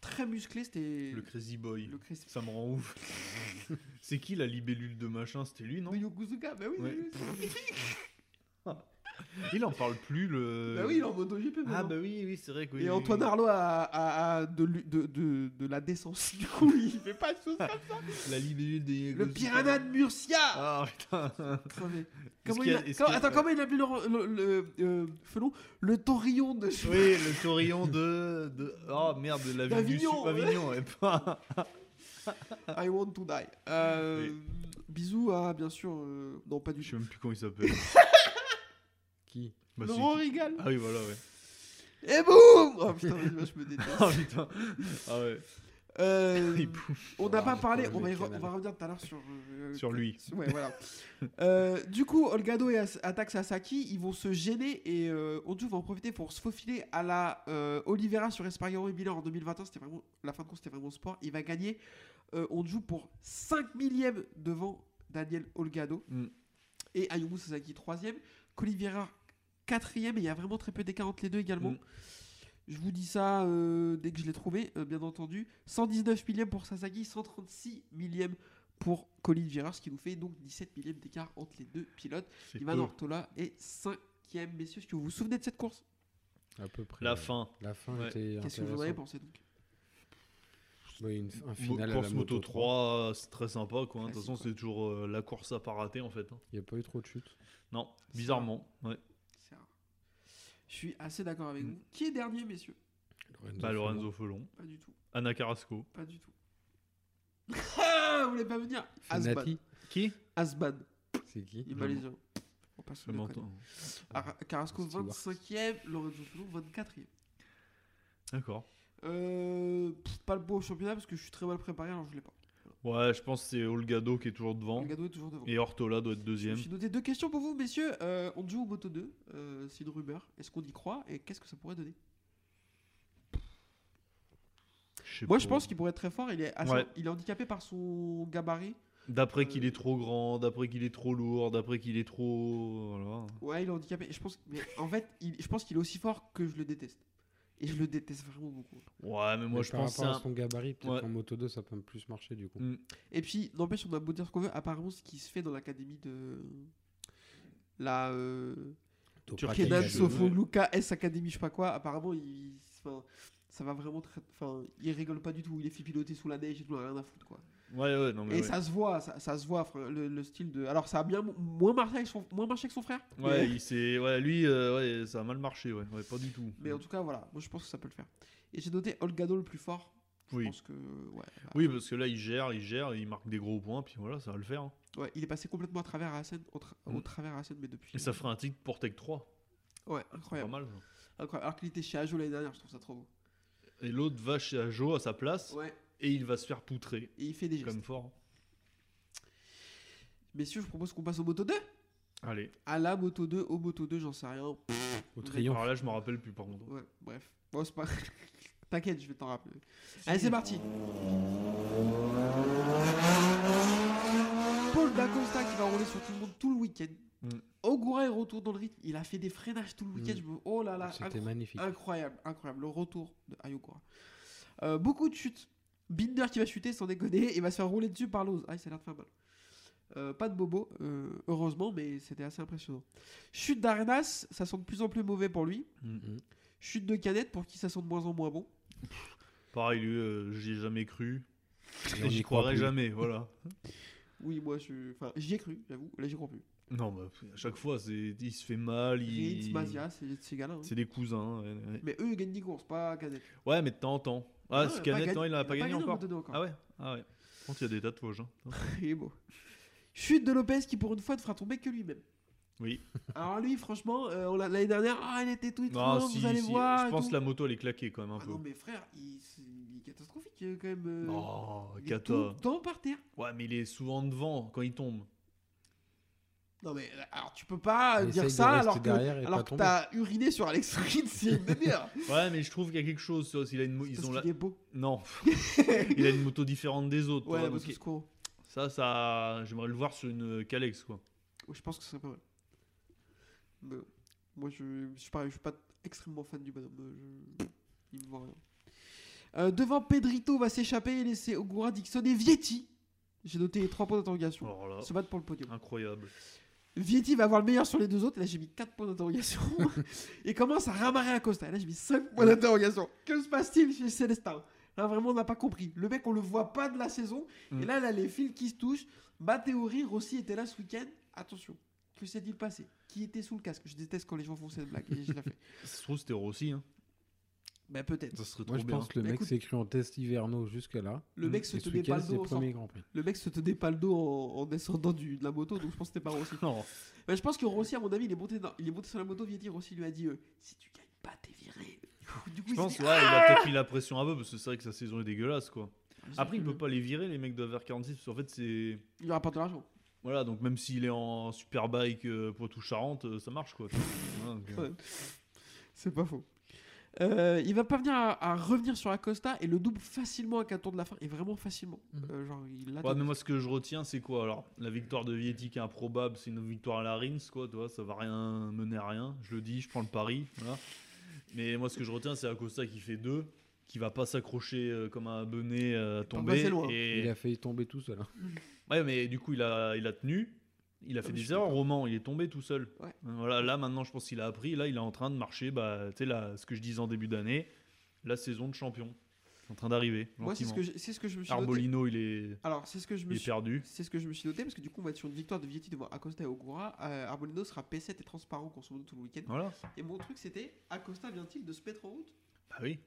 très musclée. C'était
le Crazy Boy.
le Chris
Ça me rend ouf. [LAUGHS] C'est qui la libellule de machin C'était lui, non
de Yokosuka. Bah oui,
Ouais.
bah oui,
Il en parle plus, le.
bah oui, il est en MotoGP.
Ah,
maintenant.
bah oui, oui, c'est vrai que. oui,
et
oui,
Antoine
oui.
Arlo a, a- a de, lu- de, de- de la décence. Du coup,
[LAUGHS]
il fait pas de choses comme ça.
La libellule de.
Le piranha de Murcia.
Ah, Ah, putain.
Crevé. Comment
qu'il
il
y a-
a-
est-ce
comment-
qu'il y a-
Attends, comment il a appelé le, le, le- euh, Felon Le Torillon de.
Oui, le taurillon de. de... Oh merde, de la ville du
D'Avignon,
Sud. Avignon, ouais. [LAUGHS] Ah. pas-
I want to die. Euh, Bisous à, bien sûr. euh, Non, pas du
Je sais même plus comment il s'appelle.
Qui
Bah,
Non,
c'est
on
qui
rigole.
Ah oui, voilà, ouais.
Et boum Oh putain, vas-y, je me déteste.
[LAUGHS] Ah putain. Ah ouais.
Euh,
Il pouffe
on n'a pas
Voilà,
parlé,
problème
on va, y
de
re-
canal.
on va revenir tout à l'heure sur... euh,
sur lui.
[LAUGHS] Ouais, voilà. Euh, du coup, Olgado et As- attaque Sasaki, ils vont se gêner et euh, Onju va en profiter pour se faufiler à la euh, Oliveira sur Espargaro et Miller en 2021. C'était vraiment la fin de course, c'était vraiment sport. Il va gagner. Euh, Onju pour 5 millièmes devant Daniel Olgado
Mm.
et Ayumu Sasaki 3e, Oliveira 4e et il y a vraiment très peu d'écart entre les deux également.
Mm.
Je vous dis ça euh, dès que je l'ai trouvé, euh, bien entendu. 119 millièmes pour Sasaki, 136 millièmes pour Colin Gerard, ce qui nous fait donc 17 millièmes d'écart entre les deux pilotes.
C'est
Ivan
peu.
Ortola est 5ème, messieurs. Est-ce que vous vous souvenez de cette course
À peu près.
La
ouais.
fin.
La fin
Ouais.
était
Qu'est-ce que vous en avez
intéressante.
pensé donc
Ouais, une- un final à la
course moto
3.
3, c'est très sympa quoi. hein. De toute
Classique,
façon,
quoi.
c'est toujours euh, la course à pas rater en fait. hein.
Il n'y a pas eu trop de chutes.
Non, bizarrement. ouais.
C'est rare. Je suis assez d'accord avec
Mm.
vous. Qui est dernier, messieurs
Bah, Lorenzo Felon,
Pas du tout,
Anna Carrasco.
pas du tout. [LAUGHS] Ah, vous voulez pas venir Asban.
Fenati,
Qui
Asban,
c'est qui
il est
Je
malaisien. On passe
Je
de
m'entends.
Ar- Carrasco
Stewart.
25e, Lorenzo Felon 24e.
D'accord.
Euh, pff, pas le beau championnat parce que je suis très mal préparé alors je l'ai pas.
Ouais, je pense que c'est Olgado qui est toujours devant.
Le gado est toujours devant.
Et Ortola doit être
Je me
deuxième.
suis noté deux questions pour vous, messieurs. Euh, on joue au Moto 2, euh, c'est une rumeur. Est-ce qu'on y croit et qu'est-ce que ça pourrait donner
sais
Moi, je
pas.
pense qu'il pourrait être très fort. Il est, assez-
Ouais.
il est handicapé par son gabarit.
D'après qu'il est trop grand, d'après qu'il est trop lourd, d'après qu'il est trop. Voilà.
Ouais, il est handicapé. Je pense, mais en fait, il- je pense qu'il est aussi fort que je le déteste. Et je le déteste vraiment beaucoup.
Ouais, mais moi
Mais
je
par
pense. que
rapport à
c'est un-
son gabarit, peut-être
Ouais.
qu'en moto 2, ça peut plus marcher du coup.
Mm.
Et puis, n'empêche, on a beau dire ce qu'on veut. Apparemment, ce qui se fait dans l'académie de. La. euh,
Turquie,
Kenan
Academy,
Sofogluka S Academy, je sais pas quoi. Apparemment, il... enfin, ça va vraiment très. Enfin, il rigole pas du tout. Il est fait piloter sous la neige et tout, rien à foutre quoi.
Ouais, ouais, non mais.
et
ouais.
ça se voit, ça, ça se voit, enfin, le, le style de. Alors, ça a bien mo- moins marché avec son, moins marché que son frère.
Ouais,
mais...
il s'est- ouais, lui, euh, ouais, ça a mal marché, ouais, ouais, pas du tout.
mais en tout cas, voilà. Moi, je pense que ça peut le faire. Et j'ai noté Olgado le plus fort. Je
Oui.
pense que. Ouais, bah,
Oui, parce que là, il gère, il gère, il marque des gros points, puis voilà, ça va le faire. hein.
ouais, il est passé complètement à travers Asen, au, tra- au
Mm.
travers Asen, mais depuis.
Et ça ferait un titre pour Tech 3.
Ouais,
Pas
incroyable.
mal. ça.
Incroyable. Alors qu'il était chez Ajo l'année dernière, je trouve ça trop beau.
Et l'autre va chez Ajo à sa place,
Ouais.
et il va se faire poutrer,
Et il fait des gestes.
comme fort. hein.
Messieurs, je propose qu'on passe au Moto 2.
Allez.
À la Moto 2, au Moto 2, j'en sais rien.
Au
Vous
triomphe.
Alors là, je me rappelle plus, par contre.
Ouais, bref. Bon, c'est pas. [LAUGHS] T'inquiète, je vais t'en rappeler. Allez, c'est parti. Paul Dacosta qui va rouler sur tout le monde tout le week-end.
Mm.
Ogura est retour dans le rythme. Il a fait des freinages tout le week-end.
Mm.
Je me... Oh là là,
C'était
incro-
magnifique.
incroyable, incroyable. Le retour de Ayokura. Euh, beaucoup de chutes. Binder qui va chuter sans déconner et va se faire rouler dessus par Loz. Ah, ça a l'air de faire mal. Euh, pas de bobo, euh, heureusement, mais c'était assez impressionnant. Chute d'Arenas, ça sent de plus en plus mauvais pour lui.
Mhm.
Chute de Canette pour qui ça sent de moins en moins bon.
Pareil, lui, euh, j'y ai jamais cru.
on
Et j'y
y croit
croirais
plus.
jamais, voilà.
Oui, moi, je... enfin, j'y ai cru, j'avoue. Là, j'y crois plus.
Non, bah, à chaque fois, c'est... il se fait mal.
Ritz,
Il...
Mazia, c'est ces gars-là. hein.
C'est des cousins. ouais, ouais.
Mais eux, ils gagnent des courses, pas Canette.
Ouais, mais de temps en temps. Ah,
Non,
ce
il a pas
Canet,
gagné-
non, il n'a pas gagné
en
encore.
Moto deux encore.
Ah ouais Ah ouais. Par contre, il y a des tatouages. Hein.
Il est beau. Chute de Lopez qui, pour une fois, ne fera tomber que lui-même.
Oui.
[LAUGHS] Alors, lui, franchement, euh, on l'a- l'année dernière, ah, il était tout
Non,
étonnant,
si,
vous allez
si.
voir.
Je
et
pense
tout.
que la moto, elle est claquée quand même un
Ah
peu.
non, mais frère, il, c'est- il est catastrophique euh, quand même. euh,
Oh,
il est
Kata.
tout le temps par terre.
Ouais, mais il est souvent devant quand il tombe.
Non, mais euh, alors, tu peux pas
Il essaye
dire
de
ça
rester
alors que,
derrière et
alors
pas
que
tomber.
t'as uriné sur Alex Rins, c'est
[LAUGHS]
une demi-heure.
Ouais, mais je trouve qu'il y a quelque chose. tu vois, s'il a une mo-
Parce
Ils ont
qu'il
la... [LAUGHS]
est beau.
Non.
[LAUGHS]
il a une moto différente des autres. tu vois,
Ouais, la
donc
moto
il-
Scoro.
Ça, ça. J'aimerais le voir sur une Calex, quoi.
Ouais, je pense que ce serait pas mal. Mais bon. moi, je, je suis pareil, je suis pas extrêmement fan du bonhomme. euh, je- Il me voit rien. Euh, devant, Pedrito va s'échapper et laisser Ogura, Dixon et Vietti. J'ai noté les trois points d'interrogation.
Alors Oh là,
Se battre pour le podium.
incroyable.
Vietti va avoir le meilleur sur les deux autres. Et là, j'ai mis 4 points d'interrogation. [LAUGHS] et commence à ramarrer à Costa. Et là, j'ai mis 5 points d'interrogation. Que se passe-t-il chez Célestin Là, vraiment, on n'a pas compris. Le mec, on le voit pas de la saison.
Mm.
Et là, là, les fils qui se touchent. Ma théorie, Rossi était là ce week-end. Attention. Que s'est-il passé Qui était sous le casque Je déteste quand les gens font cette blague. Et je la fais.
Ça se trouve, c'était Rossi. Hein.
[LAUGHS] Ben, peut-être.
Ça serait trop
Moi, je
bien.
pense que le
Bah,
mec
écoute-
s'est cru en test hivernaux jusque-là.
Le mec
Et
se
ce
tenait
week-end,
pas le
c'est
dos en sortant.
premier Grand Prix.
Le mec se tenait pas le dos en, en descendant du- de la moto. Donc, je pense que c'était pas Rossi.
[LAUGHS] Non.
[LAUGHS] Ben, je pense que Rossi, à mon avis, il est monté, dans- il est monté sur la moto. Vietti, Rossi lui a dit euh, Si tu gagnes pas, t'es viré. Du coup,
Je
il s'est
pense,
dit,
ouais, il a peut-être mis la pression un peu parce que c'est vrai que sa saison est dégueulasse, quoi.
ah,
Après, il peut pas les virer, les mecs de VR46, parce qu'en fait, c'est.
Il leur apporte de l'argent.
Voilà, donc même s'il est en superbike euh, Poitou-Charentes, euh, ça marche quoi.
[LAUGHS]
Hein, donc, euh,
Ouais. C'est pas faux. Euh, il va pas venir à, à revenir sur Acosta et le double facilement à 4 tours de la fin et vraiment facilement.
Mhm.
Euh, genre, il
ouais,
l'attend.
mais moi ce que je retiens, c'est quoi Alors, la victoire de Vietti qui est improbable, c'est une victoire à la Rins, quoi, tu vois, ça va rien mener à rien. Je le dis, je prends le pari, voilà. Mais moi ce que je retiens, c'est Acosta qui fait deux, qui va pas s'accrocher euh, comme un bonnet euh, à tomber.
passer loin.
Et...
Il a failli tomber tout seul. hein.
Ouais, mais du coup, il a, il a tenu. Il a fait
Ah, mais je
des
suis
erreurs, Roman. Il est tombé tout seul.
Ouais.
Voilà, là, maintenant, je pense qu'il a appris. Là, il est en train de marcher. Bah, tu sais, là, ce que je disais en début d'année, la saison de champion. En train d'arriver.
Moi, c'est ce,
gentiment.
que je- c'est ce que je me suis noté.
Arbolino, il est,
Alors, c'est ce que je me
il est
suis.
perdu.
C'est ce que je me suis noté parce que du coup, on va être sur une victoire de Vietti devant Acosta et Ogura. Euh, Arbolino sera P7 et transparent qu'on se montre tout le week-end.
Voilà.
Et mon truc, c'était Acosta vient-il de se mettre en route
Bah oui.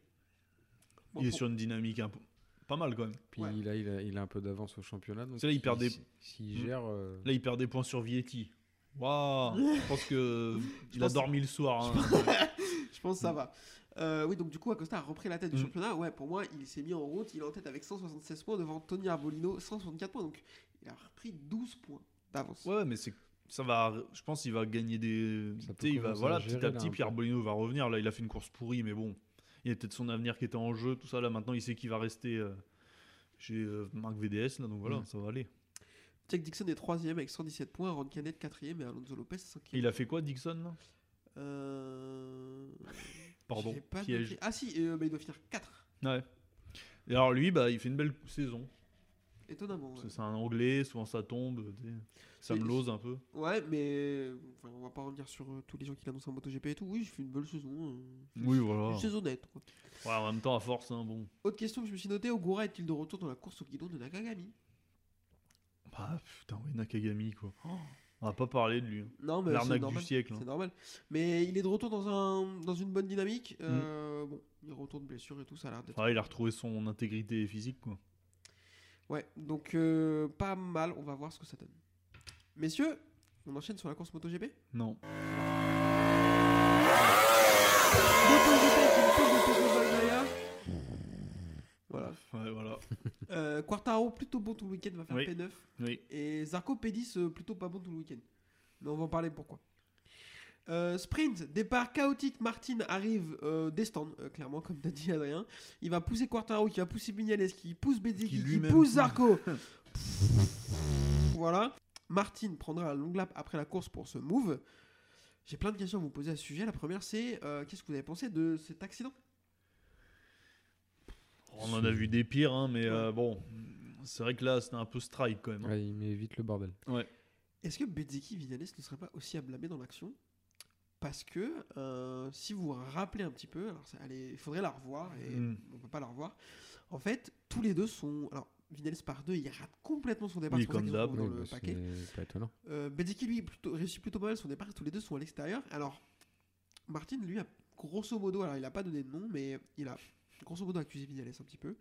Bon,
il est
pour-
sur une dynamique un peu. Pas mal quand même.
Puis
Ouais.
là, il a, il a un peu d'avance au championnat. Donc
C'est là, il
s'il-
perd des-
s'il- S'il
Mm.
gère. euh,
Là, il perd des points
[LAUGHS]
sur Vietti. Waouh Je pense que il a
pense-
dormi le soir. hein.
Je pense que ça va. Euh, oui, donc du coup, Acosta a repris la tête du
Mm.
championnat. Ouais, pour moi, il s'est mis en route. Il est en tête avec 176 points devant Tony Arbolino, 164 points. Donc, il a repris 12 poins d'avance.
Ouais, mais c'est ça va. Je pense qu'il va gagner des.
Ça peut
Tu sais, il va
commencer à
voilà
gérer,
petit à
là,
petit.
un
Pierre
peu.
Bolino va revenir. Là, il a fait une course pourrie, mais bon, il y a peut-être son avenir qui était en jeu, tout ça. Là, maintenant, il sait qu'il va rester euh, chez euh, Marc VDS. Là, donc voilà,
Mm.
ça va aller.
Jack Dixon est 3 avec 117 points. Ron Canet 4 et Alonso Lopez 5
Et il a fait quoi, Dixon là
Euh...
Pardon.
j'ai pas
Piège.
noté. Ah si, euh, mais il doit finir 4.
Ouais. Et alors lui, bah, il fait une belle saison.
Étonnamment. Ouais,
C'est- C'est un Anglais, souvent ça tombe. tu sais. Ça
Et-
me lose un peu.
Ouais, mais enfin, on va pas revenir sur euh, tous les gens qui l'annoncent en MotoGP et tout. Oui, je fais une bonne saison. euh,
Oui, ah. voilà.
Une saison nette. quoi.
Ouais, en même temps, à force, hein, bon.
Autre question que je me suis notée, Ogura est-il de retour dans la course au guidon de Nakagami
Bah putain, ouais, Nakagami quoi. Oh, on va pas parler de lui. hein.
Non, mais
L'arnaque
c'est
du
normal.
siècle, hein.
C'est normal. Mais il est de retour dans, un, dans une bonne
Mm.
dynamique. Euh, Bon, il retourne blessure et tout, ça a l'air d'être.
Ah, il a retrouvé son intégrité physique quoi.
Ouais, donc euh, pas mal, on va voir ce que ça donne. Messieurs, on enchaîne sur la course MotoGP
Non.
MotoGP avec une pole de Pedro Bagnaia. Voilà.
Ouais, voilà.
Euh, Quartaro, plutôt bon tout le week-end, va faire
Oui.
P9.
Oui.
Et Zarco P10, euh, plutôt pas bon tout le week-end. Mais on va en parler pourquoi. Euh, sprint, départ chaotique, Martin arrive euh, des stands, euh, clairement, comme t'as dit Adrien. Il va pousser Quartaro, qui va pousser Vignales, qui pousse Bezzi,
Qui
qui,
lui-même
pousse
pousse. [LAUGHS]
Zarco. voilà. Martin prendra un long lap après la course pour ce move. J'ai plein de questions à vous poser à ce sujet. La première, c'est euh, qu'est-ce que vous avez pensé de cet accident
On en a vu des pires, hein, mais euh, bon, c'est vrai que là, c'était un peu strike quand même. hein.
Ouais, il met vite le bordel.
Est-ce que Bezzeki Vinales ne serait pas aussi à blâmer dans l'action Parce que euh, si vous vous rappelez un petit peu, alors ça- elle est- il faudrait la revoir et
Mm.
on peut pas la revoir. En fait, tous les deux sont. Alors, Vinales par deux, il rate complètement son départ.
Oui,
c'est pour ça
comme
qu'ils en
d'hab.
sont dans
Oui,
le
bah,
paquet.
c'est pas étonnant.
Euh, Bezzeki, lui, plutôt- réussit plutôt pas mal son départ. Tous les deux sont à l'extérieur. Alors, Martin, lui, a grosso modo, alors il a pas donné de nom, mais il a grosso modo accusé Vinales un
[LAUGHS]
petit peu.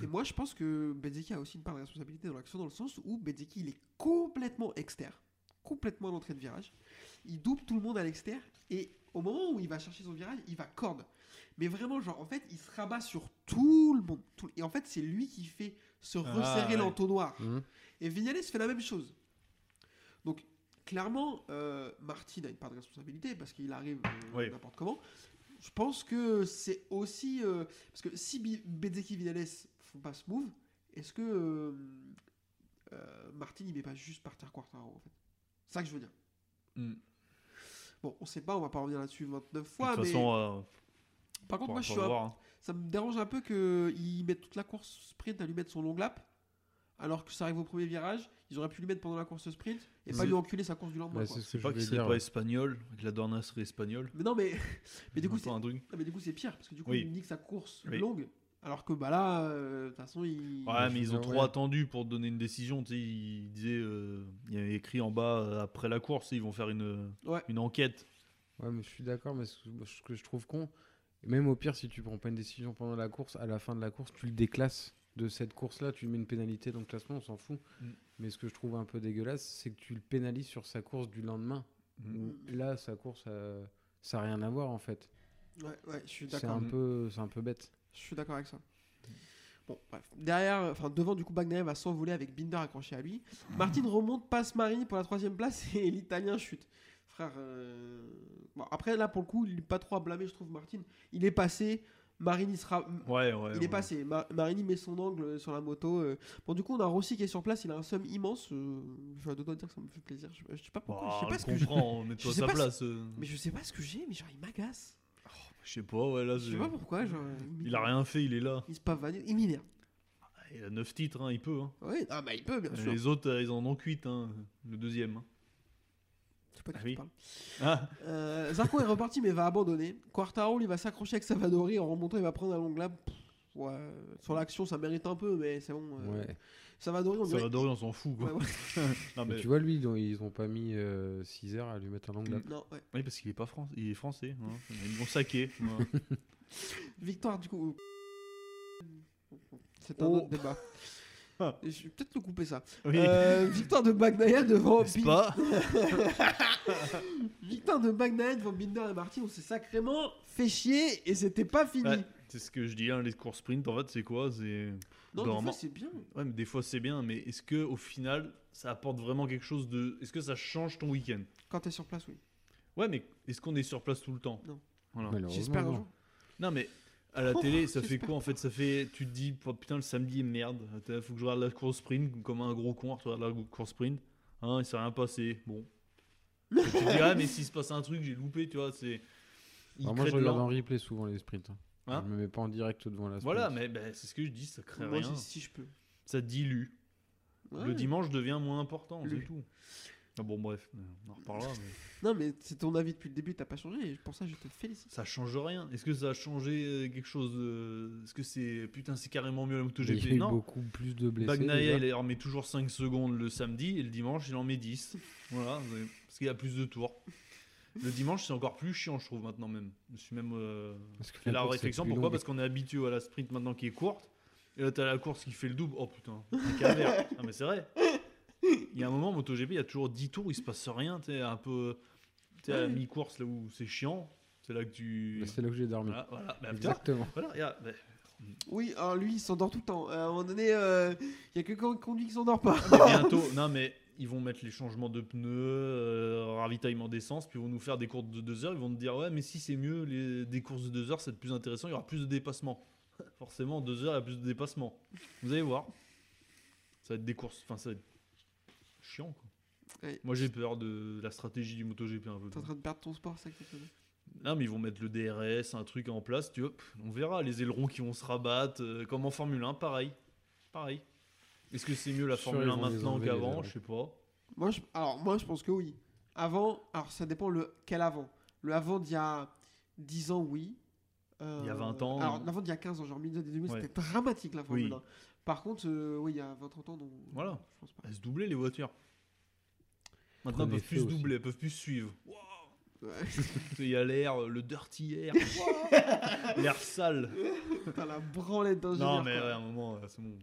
Et moi, je pense que Bezzeki a aussi une part de responsabilité dans l'action, dans le sens où Bezzeki, il est complètement externe, complètement à l'entrée de virage. Il double tout le monde à l'extérieur, et au moment où il va chercher son virage, il va corde. Mais vraiment, genre, en fait, il se rabat sur tout le monde. tout- Et en fait, c'est lui qui fait se
Ah,
resserrer
ouais.
l'entonnoir.
Mhm.
Et Vinales fait la même chose. Donc, clairement, euh, Martin a une part de responsabilité parce qu'il arrive euh,
Oui.
n'importe comment. Je pense que c'est aussi. euh, parce que si Bi- Bezzeki et Vinales font pas ce move, est-ce que euh, euh, Martin il met pas juste par terre Quartaro en fait C'est ça que je veux dire.
Mm.
Bon, on sait pas, on va pas revenir là-dessus 29
De
fois.
toute
mais
façon, euh,
par contre,
on
moi
va
je
pas
suis un-
voir, hein.
ça me dérange un peu qu'ils mettent toute la course sprint à lui mettre son long lap. Alors que ça arrive au premier virage, ils auraient pu lui mettre pendant la course sprint et pas
C'est-
lui enculer sa course du lendemain.
Ouais,
quoi.
c'est ce que
C'est pas
je
qu'il
voulais
serait
dire.
pas espagnol, que la Dorna serait espagnole.
Mais non, mais,
[LAUGHS]
mais du coup, c'est
c'est un truc.
Ah, mais du coup, c'est pire, parce que du coup,
Oui.
il nique sa course
Oui.
longue, alors que bah là, euh, de toute façon, il.
Ouais,
je
mais ils
veux
ont
dire,
trop
ouais.
attendu pour donner une décision. Tu sais, ils disaient, euh, il y avait écrit en bas euh, après la course, ils vont faire une,
Ouais.
une enquête.
Ouais, mais je suis d'accord, mais ce ce que je trouve con, même au pire, si tu prends pas une décision pendant la course, à la fin de la course, tu le déclasses de cette course-là, tu lui mets une pénalité dans le classement, on s'en fout.
Mm.
Mais ce que je trouve un peu dégueulasse, c'est que tu le pénalises sur sa course du lendemain.
Mm.
où Là, sa course, euh, ça n'a rien à voir en fait.
Ouais, ouais, je suis
C'est
d'accord.
un, peu- c'est un peu bête.
Je suis d'accord avec ça. Bon, bref. Derrière, enfin, devant, du coup, Bagnaia va s'envoler avec Binder accroché à lui. Martin remonte, passe Marini pour la troisième place [LAUGHS] et l'Italien chute. Frère. euh, Bon, après, là, pour le coup, il n'est pas trop à blâmer, je trouve, Martin. Il est passé. Marini sera.
Ouais, ouais.
Il
ouais.
est passé. Ma- Marini met son angle sur la moto. euh. Bon, du coup, on a Rossi qui est sur place. Il a un somme immense. euh, Je dois dire que ça me fait plaisir. Je, je sais pas pourquoi.
Bah,
je sais pas
le
ce que je...
comprend,
[LAUGHS]
mets-toi à
sais
sa
pas
place. euh.
Mais je sais pas ce que j'ai. Mais genre, il m'agace.
Je sais pas, ouais, là,
Je
c'est-
sais pas pourquoi. Genre, euh, m'énerve.
il a rien fait, il est là.
Il se pavane. Il m'énerve.
Il a 9 titres, hein, il peut. hein.
Oui, ah bah il peut, bien sûr.
Les autres, euh, ils en ont 8, le deuxième. hein.
Je sais pas de
Ah
qui tu
oui.
parles.
Ah,
Euh, Zarco est reparti mais va abandonner. Quartaro il va s'accrocher avec Savadori en remontant il va prendre un long lap. Pff, ouais, euh, sur l'action ça mérite un peu mais c'est bon. euh,
Ouais.
Savadori on
ça
dirait.
va on s'en fout. Quoi.
Ouais, ouais.
[LAUGHS] Non,
Mais
Ah, mais-
tu vois, lui, ils ont- ils ont pas mis 6 heures à lui mettre un
Mm.
long lap.
Non, ouais.
Oui, parce qu'il est pas français, il est français. Hein. Ils l'ont saqué.
[LAUGHS]
voilà.
Victoire du coup. C'est un
Oh. Ah.
autre débat. Et Je vais peut-être le couper ça.
Oui.
Euh, victoire de Bagnaia devant
N'est-ce
Bin-
pas
Victoire de Bagnaia devant Binder et Martin. On s'est sacrément fait chier et c'était pas fini.
Ouais, C'est ce que je dis, hein, les courses sprint, en fait, c'est quoi C'est.
non,
Normalement-
des fois, c'est bien.
Ouais, mais des fois c'est bien, mais est-ce que au final, ça apporte vraiment quelque chose de. Est-ce que ça change ton week-end
Quand t'es sur place, oui.
Ouais, mais est-ce qu'on est sur place tout le temps
Non.
Voilà.
Malheureusement,
J'espère un
non.
jour.
Non, mais à la
Oh,
télé, ça fait
j'espère
quoi en fait Ça fait. Tu te dis, oh, putain, le samedi est merde. Attends, Faut que je regarde la course sprint comme un gros con, regarde la course sprint. Hein, il s'est rien passé.
[LAUGHS]
Bon. Et tu te dis, ah, mais s'il se passe un truc, j'ai loupé, tu vois, c'est. il
Alors moi,
crée
je
de
regarde
l'en-
en replay souvent les sprints. hein.
Hein
je me mets pas en direct devant la sprint.
Voilà, mais ben, c'est ce que je dis, ça crée
Moi,
rien.
j'ai- si je peux.
Ça dilue.
Ouais.
Le dimanche devient moins important,
Le-
c'est tout. Ah bon, bref, on en reparlera. mais
Non, mais c'est ton avis depuis le début, t'as pas changé. Et pour ça, je te félicite.
ça change rien. Est-ce que ça a changé euh, quelque chose de- Est-ce que c'est. Putain, c'est carrément mieux la
Mais il y a
MotoGP
eu
Non.
beaucoup plus de blessés.
Bagnaia,
déjà.
il en met toujours 5 secondes le samedi et le dimanche, il en met 10. Voilà, c'est- parce qu'il y a plus de tours. Le dimanche, c'est encore plus chiant, je trouve, maintenant même. Je me suis même euh,
Parce que
fait la
course est
réflexion.
plus
Pourquoi
longue.
Parce qu'on est habitué à la sprint maintenant qui est courte. Et là, t'as la course qui fait le double. Oh putain, c'est
[LAUGHS]
calvaire. ah, mais c'est vrai. Il y a un moment, MotoGP, il y a toujours 10 tours, il se passe rien. T'es un peu. T'es à la mi-course là où c'est chiant. C'est là que tu.
Bah, C'est là que j'ai dormi.
Voilà, voilà. Bah, putain,
Exactement.
voilà, regarde, bah,
Oui, alors lui, il s'endort tout le temps. À un moment donné, euh, il y a que quand on lui qui s'endort pas.
Mais bientôt, non mais ils vont mettre les changements de pneus, euh, ravitaillement d'essence, puis ils vont nous faire des courses de 2 heures. Ils vont nous dire ouais, mais si c'est mieux, les, des courses de 2 heures, c'est plus intéressant, il y aura plus de dépassements. [LAUGHS] Forcément, 2 heures, il y a plus de dépassements. Vous allez voir. Ça va être des courses, enfin ça va être chiant quoi.
Ouais.
Moi j'ai peur de la stratégie du MotoGP un peu.
T'es en train de perdre ton sport, ça. que t'as fait.
Non mais ils vont mettre le DRS, un truc en place, tu vois, pff, on verra les ailerons qui vont se rabattre, euh, comme en Formule 1, pareil. Pareil. Est-ce que c'est mieux la
Sûr,
Formule
ils
1
vont les
maintenant
enlever, les
qu'avant
ailerons.
Je sais pas.
Moi, je... Alors, moi, je pense que oui. Avant, alors ça dépend le quel avant. Le avant d'il y a 10 ans, oui. Euh,
Il y a 20 ans.
Alors, l'avant d'il y a 15 ans, genre milieu des 2000,
Ouais.
c'était dramatique la Formule
Oui.
1. Par contre, euh, oui, il y a 20-30 ans, non.
Voilà.
Je pense pas.
Elles se doublaient les voitures. Maintenant,
Prenez
elles peuvent
feu
plus se
aussi.
doubler, elles peuvent plus se suivre. Wow.
Ouais.
Il y a l'air, euh, le dirty
[LAUGHS]
air, l'air sale.
T'as la branlette d'ingénieur.
Non, mais ouais,
quoi.
à un moment, euh, c'est bon.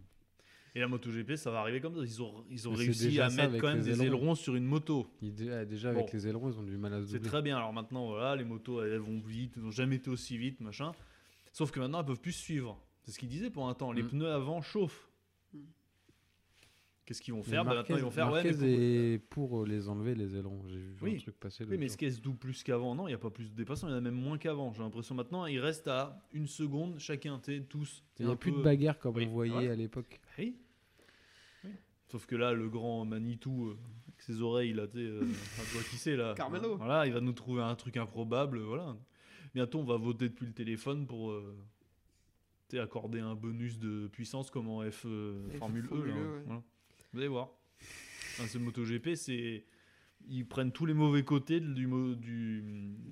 Et la MotoGP, ça va arriver comme ça. Ils ont, ils ont
Mais c'est
réussi
déjà
à
ça
mettre
avec
quand même
les
des ailerons.
ailerons.
sur une moto.
Il- ah, Déjà, avec
Bon.
les ailerons, ils ont du mal à se
C'est
doubler.
très bien. Alors maintenant, voilà, les motos, elles vont vite, elles n'ont jamais été aussi vite, machin. Sauf que maintenant, elles peuvent plus se suivre. C'est ce qu'ils disaient pour un temps. Les
Mm.
pneus avant chauffent.
Mm.
Qu'est-ce qu'ils vont
Mais
faire Bah, Maintenant, ils vont faire. ouais,
Marquez
mais pourquoi-
est pour euh, les enlever, les ailerons. J'ai vu
Oui.
un truc passer.
Oui,
l'autre
mais est-ce
jour.
qu'elle se double plus qu'avant Non, il n'y a pas plus de dépassants, il y en a même moins qu'avant. J'ai l'impression maintenant, il reste à une seconde chacun, t'es tous.
Il n'y
n'y
a plus de bagarre comme
Oui,
on voyait
voilà.
à l'époque.
Oui. Oui. Sauf que là, le grand Manitou, euh, avec ses oreilles, là, tu
[LAUGHS]
sais, euh, enfin, tu vois qui c'est là
Carmelo.
Voilà, il va nous trouver un truc improbable, euh, voilà. Bientôt, on va voter depuis le téléphone pour. euh, tu sais, accorder un bonus de puissance comme en F, euh,
F-
Formule E.
Formule
là,
E, ouais.
voilà. Vous allez voir. Enfin, ce MotoGP, c'est. Ils prennent tous les mauvais côtés de- du, mo- du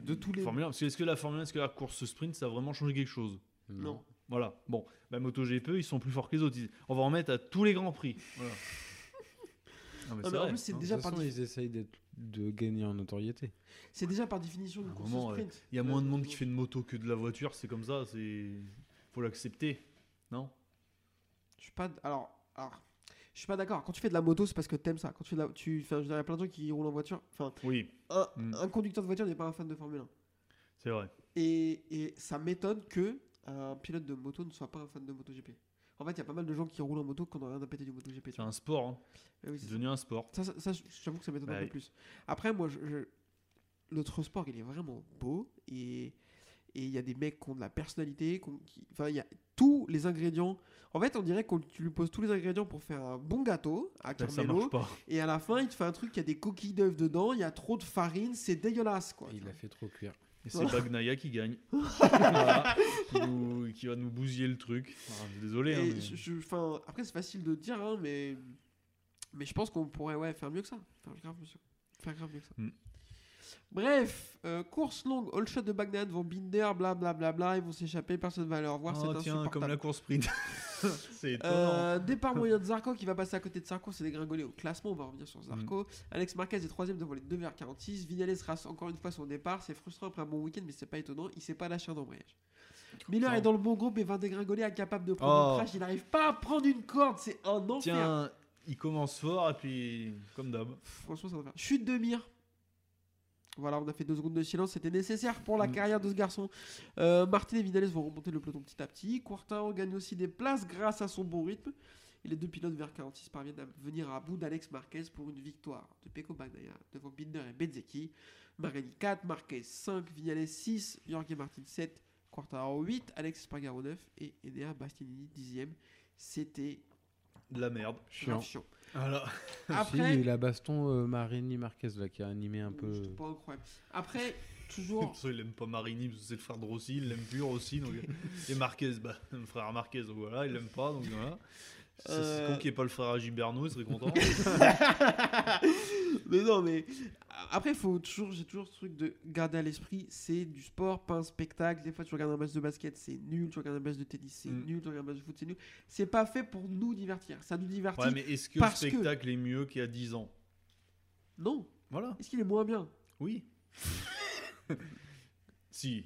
De tous les-
Formule 1. Parce que est-ce que la Formule 1, est-ce que la course sprint, ça a vraiment changé quelque chose
Non.
voilà. Bon, bah, MotoGP, ils sont plus forts que les autres. Ils- On va en mettre à tous les grands prix.
[LAUGHS]
Voilà. Non, mais c'est
Ah, mais en
vrai. hein.
plus, c'est
De
déjà,
toute
par
façon,
dif-
ils essayent d'être- de gagner en notoriété.
c'est déjà par définition une
un
course
moment,
sprint.
Il y a moins de monde qui fait de moto que de la voiture. C'est comme ça. C'est faut l'accepter. Non
Je suis pas. d- Alors, alors, je suis pas d'accord. Quand tu fais de la moto, c'est parce que t'aimes ça. Quand tu fais de la, tu, enfin, je veux dire, il y a plein de gens qui roulent en voiture. Enfin,
Oui,
un,
Mm.
un conducteur de voiture n'est pas un fan de Formule 1.
c'est vrai.
Et, et ça m'étonne que un pilote de moto ne soit pas un fan de MotoGP. En fait, il y a pas mal de gens qui roulent en moto qui n'ont rien à péter du MotoGP. tu
C'est
vois.
un sport. hein.
Eh oui,
C'est
c'est
devenu un sport.
ça, ça, ça, j- j'avoue que ça m'étonne
Bah
un peu
oui.
plus. Après, moi, je, je- notre sport, il est vraiment beau et et il y a des mecs qui ont de la personnalité, qui ont- qui- enfin, il y a tous les ingrédients. En fait, on dirait que tu lui poses tous les ingrédients pour faire un bon gâteau à
Ça, ça
Carmelo,
marche pas.
et à la fin, il te fait un truc, il y a des coquilles d'œufs dedans, il y a trop de farine, c'est dégueulasse, quoi.
Et il a fait trop cuire.
Et
[LAUGHS]
c'est
Voilà.
Bagnaia qui gagne. Voilà. qui, nous- qui va nous bousiller le truc. Ah, désolé. hein,
Et
mais-
je- je- enfin, après, c'est facile de dire, hein, mais, mais je pense qu'on pourrait ouais, faire mieux que ça. Faire grave mieux, que- faire grave mieux que ça.
Mm.
Bref, euh, course longue, all shot de Bagdad vont Binder, blablabla, ils vont s'échapper, personne va leur voir,
Ah,
c'est
tiens,
insupportable.
comme la course sprint. [LAUGHS] c'est étonnant. [LAUGHS]
Euh, départ moyen de Zarco qui va passer à côté de Zarco, c'est dégringolé au classement, on va revenir sur
Mm.
Zarco. Alex Marquez est troisième devant les 2h46. Vinales rase encore une fois son départ, c'est frustrant après un bon week-end, mais c'est pas étonnant, il s'est pas lâché un embrayage. Miller
Putain.
est dans le bon groupe et va dégringoler, incapable de prendre
Oh.
une crash. Il n'arrive pas à prendre une corde, c'est un enfer.
Tiens, il commence fort et puis, comme d'hab.
Franchement, ça va faire. Chute de mire. Voilà, on a fait deux secondes de silence, c'était nécessaire pour la
Mm.
carrière de ce garçon. Euh, Martin et Vinales vont remonter le peloton petit à petit. Quartin gagne aussi des places grâce à son bon rythme. Et les deux pilotes vers 46 parviennent à venir à bout d'Alex Marquez pour une victoire de Pecco Bagnaia devant Binder et Benzecchi. Marini 4, Marquez 5, Vinales 6, Jorge Martin 7, Quartaro 8, Alex Spargaro 9 et Enea Bastianini 10e. C'était
De la merde.
grave
Chiant.
chiant.
[LAUGHS] Voilà.
[LAUGHS] Si, il y
Après,
a eu la baston euh, Marini Marquez là, qui a animé un peu.
C'était pas incroyable.
[LAUGHS]
Après,
De
toujours.
toute façon, il aime pas Marini, parce que c'est le frère de Rossi, il l'aime pur aussi.
[LAUGHS]
Donc... Et Marquez, bah, le frère Marquez, donc voilà, il l'aime pas, donc voilà. C'est c'est
Euh.
con qu'il n'y ait pas le frère à Giberno, il serait
[LAUGHS]
content.
mais non, mais après, faut toujours, j'ai toujours ce truc de garder à l'esprit, c'est du sport, pas un spectacle. Des fois, tu regardes un match de basket, c'est nul. Tu regardes un match de tennis, c'est
Mm.
nul. Tu regardes un match de foot, c'est nul. C'est pas fait pour nous divertir. Ça nous divertit.
ouais, mais est-ce que
Parce que-
le spectacle est mieux qu'il y a 10 ans
Non.
Voilà.
Est-ce qu'il est moins bien [LAUGHS]
Oui. si.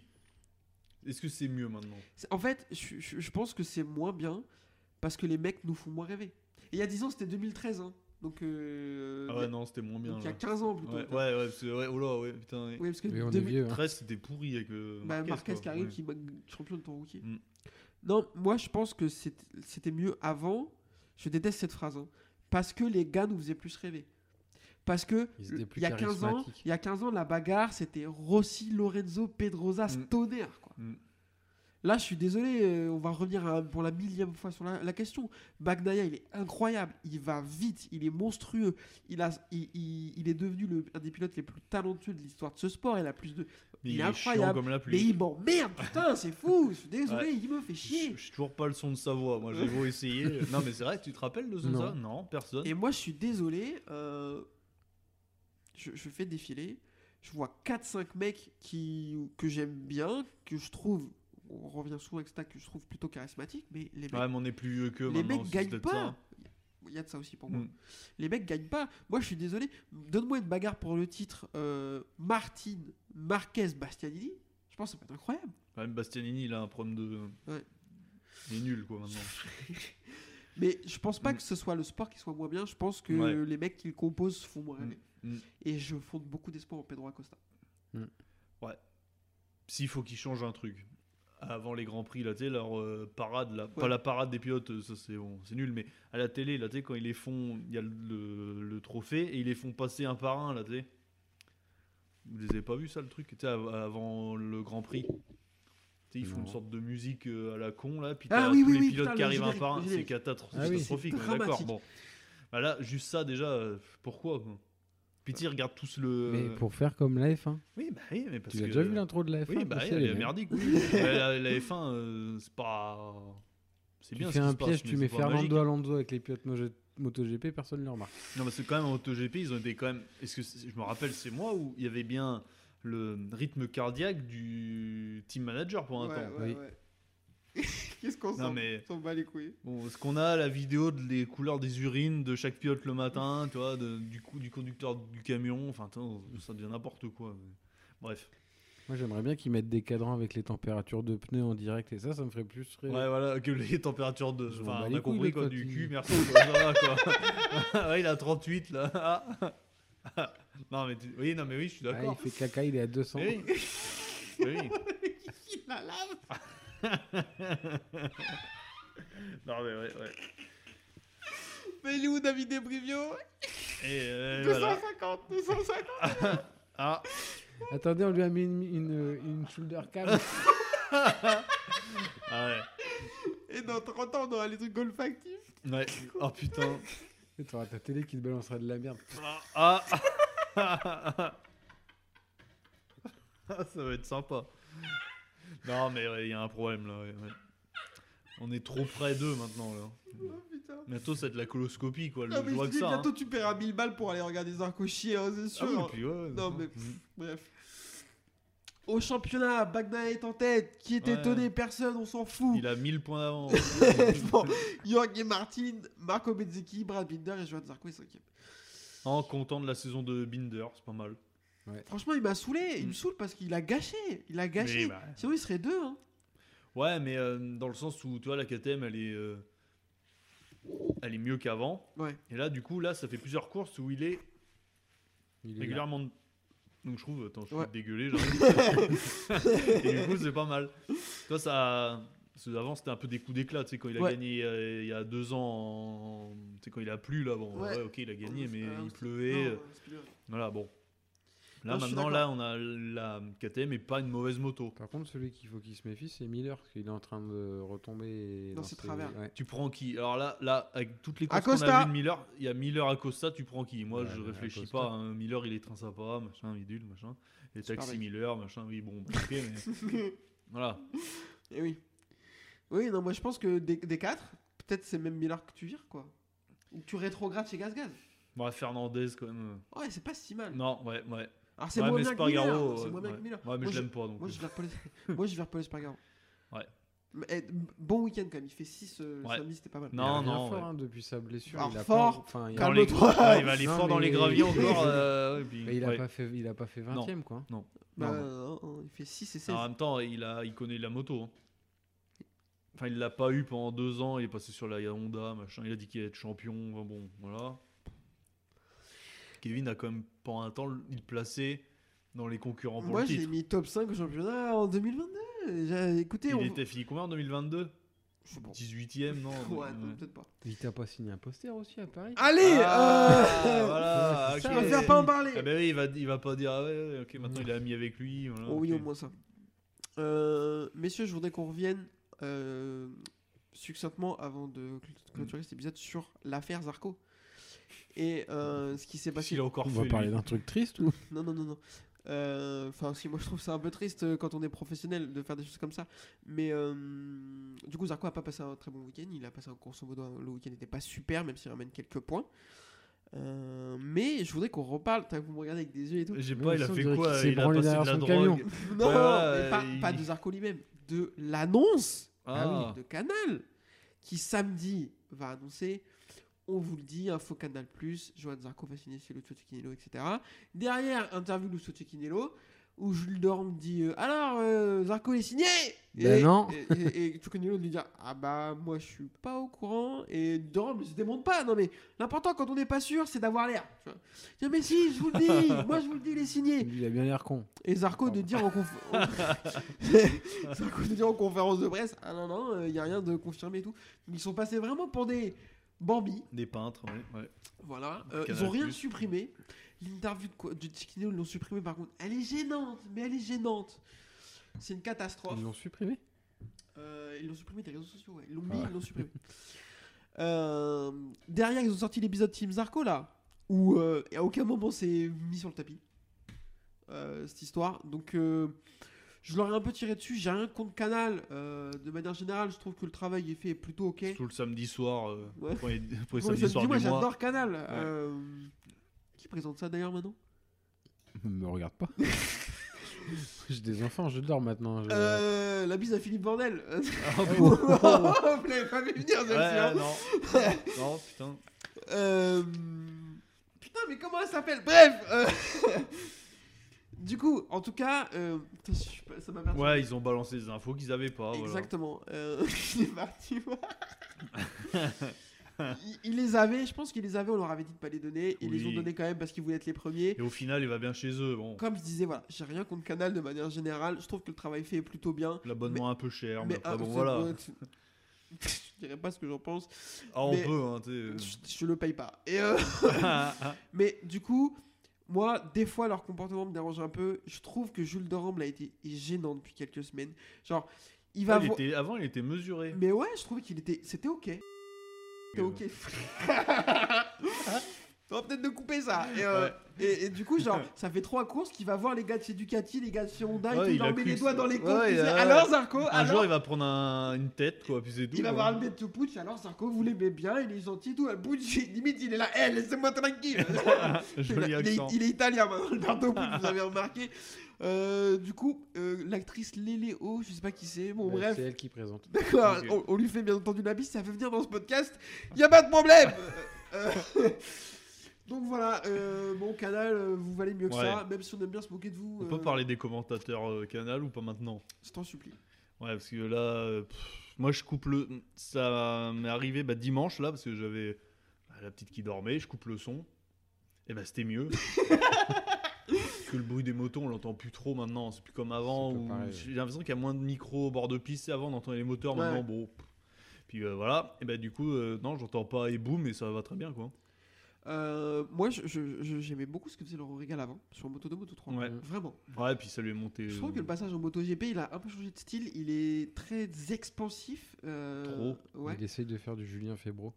Est-ce que c'est mieux maintenant
C'est- En fait, je, je- je pense que c'est moins bien parce que les mecs nous font moins rêver. Et il y a 10 ans, c'était 2013. hein. Donc, euh,
Ah
il y
ouais,
a-
non, c'était moins bien.
donc il y a
là.
15 ans plutôt.
Ouais, ouais, ouais, parce que, ouais, oh là, ouais, putain. ouais.
Oui, parce que
Mais on est
2000
vieux. hein.
13, c'était pourri avec euh,
Bah,
Marquez.
Marquez
quoi.
qui arrive,
Ouais.
qui bat champion de ton rookie.
Mm.
Non, moi je pense que c'est- c'était mieux avant. Je déteste cette phrase. hein. parce que les gars nous faisaient plus rêver. Parce que
Ils étaient
le-
plus
il y a 15 ans,
charismatiques.
il y a 15 ans la bagarre c'était Rossi, Lorenzo, Pedrosa,
Mm.
Stoner quoi.
Mm.
Là, je suis désolé, euh, on va revenir à- pour la millième fois sur la, la question. Bagnaia, il est incroyable, il va vite, il est monstrueux, il, a, il, il- il est devenu le, un des pilotes les plus talentueux de l'histoire de ce sport, il a plus de,
Mais
Il
il,
est
est chiant
incroyable.
comme la
mais
pluie.
il m'emmerde, putain, c'est fou, je suis désolé,
Ouais.
il me fait
Je
chier.
je suis toujours pas le son de sa voix. Moi, j'ai beau essayer.
[LAUGHS]
non, mais c'est vrai, tu te rappelles de son
Non.
ça Non, personne.
Et moi, je suis désolé, euh, je, je fais défiler, je vois 4-5 mecs qui, que j'aime bien, que je trouve, on revient souvent avec ça, que je trouve plutôt charismatique, mais les mecs,
Ouais, mais on est plus vieux que
les
maintenant.
mecs
c'est
gagnent
peut-être
pas.
ça.
Il y a de ça aussi pour moi.
Mm.
Les mecs gagnent pas. Moi, je suis désolé. Donne-moi une bagarre pour le titre euh, Martin, Marquez, Bastianini. Je pense que ça peut être incroyable.
Ouais, mais Bastianini, il a un problème de.
Ouais.
Il est nul, quoi, maintenant.
Mais je pense pas
Mm.
que ce soit le sport qui soit moins bien. Je pense que
Ouais.
les mecs qui le composent font moins rêver.
Mm. Mm.
Et je fonde beaucoup d'espoir en Pedro Acosta.
S'il faut qu'il change un truc. Avant les grands prix, là, tu sais, leur euh, parade, là.
Ouais.
Pas la parade des pilotes, euh, ça, c'est bon, c'est nul, mais à la télé, là, tu sais, quand ils les font. Il y a le, le- le trophée et ils les font passer un par un, là, tu sais. Vous les avez pas vus, ça, le truc, tu sais, av- avant le grand prix Tu sais, ils font
Non.
une sorte de musique euh, à la con là, puis
Ah
t'as
oui,
tous
oui,
les
oui,
pilotes
putain,
qui
le
arrivent un
générique,
par un,
le
c'est
générique.
catastro-
Ah oui, c'est
catastrophique, on est d'accord.
dramatique.
Bon, Bah là, juste ça déjà, euh, pourquoi quoi Puis tu sais, ils regardent tous le.
Mais pour faire comme la F1.
Oui, bah oui, mais Euh, parce
Tu l'as
que.
déjà vu l'intro de la F1
Oui, bah oui,
passer,
elle
les
est
mecs.
merdique.
[LAUGHS]
oui. Ouais, la, la F1, euh, c'est pas. C'est
Tu
bien.
fais
ce qui
un
se passe,
piège,
mais
tu mets
c'est pas
Fernando
magique.
Alonso avec les pilotes moge- MotoGP, personne ne le remarque.
Non, parce que quand même, en AutoGP, ils ont été quand même. Est-ce que c'est- je me rappelle, c'est moi où il y avait bien le rythme cardiaque du team manager pour un temps.
oui.
ouais. [LAUGHS] Qu'est-ce qu'on
Non,
s'en
mais-
s'en bat les couilles
Bon, est-ce qu'on a la vidéo de les couleurs des urines de chaque pilote le matin, tu vois, de- du, coup, du conducteur du camion, enfin, tain, ça devient n'importe quoi. mais- Bref.
Moi, j'aimerais bien qu'ils mettent des cadrans avec les températures de pneus en direct et ça, ça me ferait plus
Ouais,
rire.
Ah,
voilà, que les températures de.
Je m'en
Enfin,
bats
on
les
a
couilles,
compris
les
quoi,
potes,
du
ils-
cul, merci, quoi, [LAUGHS] ça va, quoi. ouais, il a 38 là. [LAUGHS] Ah. non, mais tu- oui, non, mais oui, je suis
Ah, il
d'accord.
fait caca, il est à 200.
Mais oui. Mais [LAUGHS] oui.
Il la lave
Non, mais ouais, ouais.
Mais il est où David Debrivio
Et euh, voilà.
250, 250
Ah,
Attendez, on lui a mis une, une, une shoulder
[LAUGHS]
cam.
ah ouais.
Et dans 30 ans, on aura les trucs golf actifs.
Ouais.
[LAUGHS]
Oh putain.
Et T'auras ta télé qui te balancera de la merde.
Ah, [LAUGHS] ah. Ah, ça va être sympa. Non, mais ouais, il y a un problème là. ouais, ouais. On est trop près d'eux maintenant. Là.
Oh putain.
Bientôt, ça va être la coloscopie quoi. Le,
Non,
je
mais je
vois
te
que
dis,
ça. hein.
bientôt tu paieras 1000 balles pour aller regarder Zarco chier, hein, c'est
Ah
sûr.
oui, et puis, ouais, Mm. ouais,
Non,
ouais.
mais pff, bref. Au championnat, Bagnaia est en tête. Qui est
Ouais.
étonné Personne, on s'en fout.
Il a 1000 points d'avance.
[LAUGHS] Bon, Jorge Martin, Marco Bezzecchi, Brad Binder et Johan Zarco est 5
[LAUGHS] en comptant de la saison de Binder, c'est pas mal.
Franchement, il m'a saoulé. Il me
Mm.
saoule parce qu'il a gâché. Il a gâché.
Mais, bah,
Sinon, il serait deux. Hein.
Ouais, mais euh, dans le sens où, tu vois, la KTM, elle est, euh, elle est mieux qu'avant.
Ouais.
Et là, du coup, là, ça fait plusieurs courses où il est
Il est
régulièrement. Donc je trouve, attends, je suis
Ouais.
dégueulé,
[LAUGHS]
j'arrive. Et du coup, c'est pas mal. Toi, ça. parce que Avant, c'était un peu des coups d'éclat, tu sais, quand il a
Ouais.
gagné euh, il y a deux ans, en- tu sais, quand il a plu, là, bon,
Ouais.
ouais, ok, il a gagné, mais
Euh,
il
c'est-
pleuvait.
non,
euh,
c'est plus-
Voilà, bon. Là,
Non, je suis
maintenant, là, on a la KTM et pas une mauvaise moto.
Par contre, celui qu'il faut qu'il se méfie, c'est Miller, parce qu'il est en train de retomber. et
Dans ses travers.
ouais.
Tu prends qui Alors là, là, avec toutes les courses qu'on
Acosta.
a vues de Miller, il y a Miller à Costa, tu prends qui Moi,
Ouais,
je
mais
réfléchis
Acosta.
pas. hein. Miller, il est train sympa, machin, bidule, machin. Les
Super
taxis
mec.
Miller, machin, oui, bon, ok, mais...
[LAUGHS]
voilà.
Eh oui. Oui, non, moi je pense que des, des quatre, peut-être c'est même Miller que tu vires, quoi. Ou que tu rétrogrades chez Gaz Gaz.
Bon, Fernandez, quand même. euh.
Ouais, c'est pas si mal.
Non, ouais, ouais.
Alors c'est
ouais,
moins
mais
bien que
Spargaro,
Miller.
ouais,
C'est moins bien
ouais.
que Miller.
Ouais, mais
Moi,
je
je-
l'aime pas, donc... euh.
Moi je vire Paul, [LAUGHS] moi, je vire Paul Espargaro.
Ouais.
Mais, eh, bon week-end quand même, il fait 6
Ouais.
samedi, c'était pas mal.
Non,
il revient
non,
fort,
ouais.
hein, depuis sa blessure.
Alors,
il a pas-
fort,
enfin, il a-
Dans
Calme-toi.
les- Ouais, il va aller
Non,
fort dans les
mais-
[LAUGHS]
graviers encore. euh, ouais, puis-
Mais il a
ouais.
pas fait, il a pas fait 20ème quoi.
Bah,
Non, non.
non, non, il fait 6 et 16.
Alors, en même temps, il, a, il connaît la moto. hein. Enfin, il l'a pas eu pendant deux ans. Il est passé sur la Honda, machin. Il a dit qu'il allait être champion. enfin, bon, voilà. Kevin a quand même pendant un temps il placé dans les concurrents pour
moi
le
je l'ai
titre.
mis top 5 au championnat en 2022. J'ai- Écoutez,
Il
on.
était fini combien en 2022
Je sais pas.
18ème, non
Ouais,
Ouais.
non, peut-être pas.
Il t'a pas signé un poster aussi à Paris
Allez
Ah, [LAUGHS]
euh, [LAUGHS]
voilà,
Ça
Ah, ok.
va faire pas en parler.
Ah ben oui, il va, il va pas dire ah ouais, ouais, ok maintenant il est ami avec lui. voilà,
Oh oui,
ok.
au moins ça. Euh, messieurs, je voudrais qu'on revienne euh, succinctement avant de cl- clôturer cet épisode sur l'affaire Zarco. Et euh, ce qui s'est
Qu'est-ce
passé.
qu'il a encore
On
fait
va parler
lui
d'un truc triste
[LAUGHS]
ou
Non, non, non, non. Euh, Enfin, si moi je trouve ça un peu triste euh, quand on est professionnel de faire des choses comme ça. Mais euh, du coup, Zarco a pas passé un très bon week-end. Il a passé un grosso modo. un- Le week-end n'était pas super, même s'il ramène quelques points. Euh, mais je voudrais qu'on reparle. T'as vu, Vous me regardez avec des yeux et tout.
J'ai
Non,
pas,
mais
il a
ça, on
fait
dirait
quoi
qu'il s'est
Il a
branlé
passé de
derrière
la
son
drogue.
camion.
Non,
Ouais, ouais,
mais pas,
il-
pas de Zarco lui-même, de l'annonce
Ah,
de Canal, qui samedi va annoncer, on vous le dit, info Canal+, Johan Zarco va signer chez Lucio Cecchinello, etc. Derrière, interview Lucio Cecchinello, où Jules Dorme dit euh, Alors, euh, Zarco est signé
Ben
Et-
non.
Et, et, et Cecchinello lui dit Ah bah, moi je suis pas au courant. Et Dorme se démonte pas. Non mais l'important quand on n'est pas sûr, c'est d'avoir l'air. tu vois. Il dit, Mais si, je vous le dis, moi je vous le dis, il est signé.
Il a bien l'air con.
Et Zarco de dire en, conf- Zarco de dire en conférence de presse Ah non, non, il n'y a rien de confirmé et tout. Ils sont passés vraiment pour des Bambi.
Ah, des peintres, ouais, ouais.
Voilà. Euh, ils
Canal+.
ont rien supprimé. L'interview de, quoi- de Chiquinino, ils l'ont supprimé par contre. Elle est gênante, mais elle est gênante. C'est une catastrophe.
Ils l'ont supprimé [LAUGHS]
Euh, ils l'ont supprimé des réseaux sociaux, ouais. Ils l'ont mis,
Ah.
ils l'ont supprimé. [LAUGHS] Euh, derrière, ils ont sorti l'épisode Team Zarco, là, où euh, et à aucun moment c'est mis sur le tapis, euh, cette histoire. Donc, euh, je leur ai un peu tiré dessus. J'ai rien contre Canal. euh, de manière générale, je trouve que le travail est fait plutôt ok.
Tout le samedi soir, euh,
Ouais.
premier, premier
Moi,
samedi
je
soir
dis, moi,
du mois.
j'adore Canal. euh, qui présente ça d'ailleurs maintenant
Me regarde
[LAUGHS]
pas. J'ai des enfants, je dors maintenant. je-
Euh, La bise à Philippe Bordel.
Ah,
[LAUGHS]
bon
Vous l'avez pas vu venir
Ouais,
celle-ci, hein.
non.
[LAUGHS]
non, putain.
Euh... Putain, mais comment elle s'appelle Bref euh, [LAUGHS] Du coup, en tout cas, euh, putain, je suis pas- ça m'a perdu.
Ouais, ils ont balancé des infos qu'ils avaient pas. voilà.
Exactement. Euh, [LAUGHS] il est parti voir.
[LAUGHS]
il, il les avait, je pense qu'il les avait, on leur avait dit de pas les donner. Ils les
Oui.
ont donnés quand même parce qu'ils voulaient être les premiers.
Et au final, il va bien chez eux. Bon,
Comme je disais, voilà, j'ai rien contre Canal de manière générale. Je trouve que le travail fait est plutôt bien.
l'abonnement un peu cher, mais, après,
ah,
bon,
c'est-
voilà.
ouais, tu- [LAUGHS] je dirais pas ce que j'en pense.
Ah, on
mais-
peut, hein,
Je, [LAUGHS]
tu sais. [LAUGHS]
je le paye pas. Et euh,
euh.
Mais du coup, moi, des fois, leur comportement me dérange un peu. Je trouve que Jules Doramble a été gênant depuis quelques semaines. Genre, il va.
il
vo-
était- Avant, il était mesuré.
Mais ouais, je trouvais qu'il était. C'était ok. C'était ok. [LAUGHS] On va peut-être de couper ça. Et, euh, et- et du coup, genre, ça fait trois courses qu'il va voir les gars de chez Ducati, les gars de chez Honda, et
Ouais,
tout, il,
il a
leur met
cru
les
que
doigts
ça-
dans les côtes.
Ouais,
il
il
dit,
a-
alors Zarco,
Un
alors
jour, il va prendre un- une tête, quoi, puis c'est tout.
il va
quoi.
voir le bête tout putsch, alors Zarco, vous l'aimez bien, il est gentil, et tout. Bucci, limite, il est là, hé, laissez-moi tranquille.
[LAUGHS] Joli
il, est-
accent.
il est italien maintenant, Alberto Puig,
[LAUGHS]
vous avez remarqué. Euh, du coup, euh, l'actrice Lélé O, je sais pas qui c'est, bon
Ouais,
bref,
C'est elle qui présente.
[LAUGHS] d'accord,
Ok.
on, on lui fait bien entendu la bise, ça fait venir dans ce podcast, y a pas
[LAUGHS]
de problème Euh, euh, Donc voilà, euh, mon canal, euh, vous valez mieux que
Ouais.
ça, même si on aime bien se moquer de vous.
On peut
euh,
parler des commentateurs euh, Canal ou pas maintenant
Je t'en supplie.
Ouais, parce que là, euh, pff, moi je coupe le. Ça m'est arrivé bah, dimanche là, parce que j'avais bah, la petite qui dormait, je coupe le son. Et bah c'était
[LAUGHS]
mieux. Parce que le bruit des motos, on l'entend plus trop maintenant. C'est plus comme avant.
C'est pas
où
pareil, ouais.
J'ai l'impression qu'il y a moins de micro au bord de piste. Avant, on entendait les moteurs.
Ouais.
Maintenant, bon. pff. Puis euh, voilà. Et bah du coup, euh, non, j'entends pas et boum, et ça va très bien quoi.
Euh, moi, je- je- je- j'aimais beaucoup ce que faisait Laurent Régal avant, sur Moto 2, Moto 3.
Ouais. euh,
Vraiment.
Ouais, puis ça lui est monté.
Je trouve que le passage en Moto GP, il a un peu changé de style. Il est très expansif. euh, Ouais.
Il essaye de faire du Julien Febro.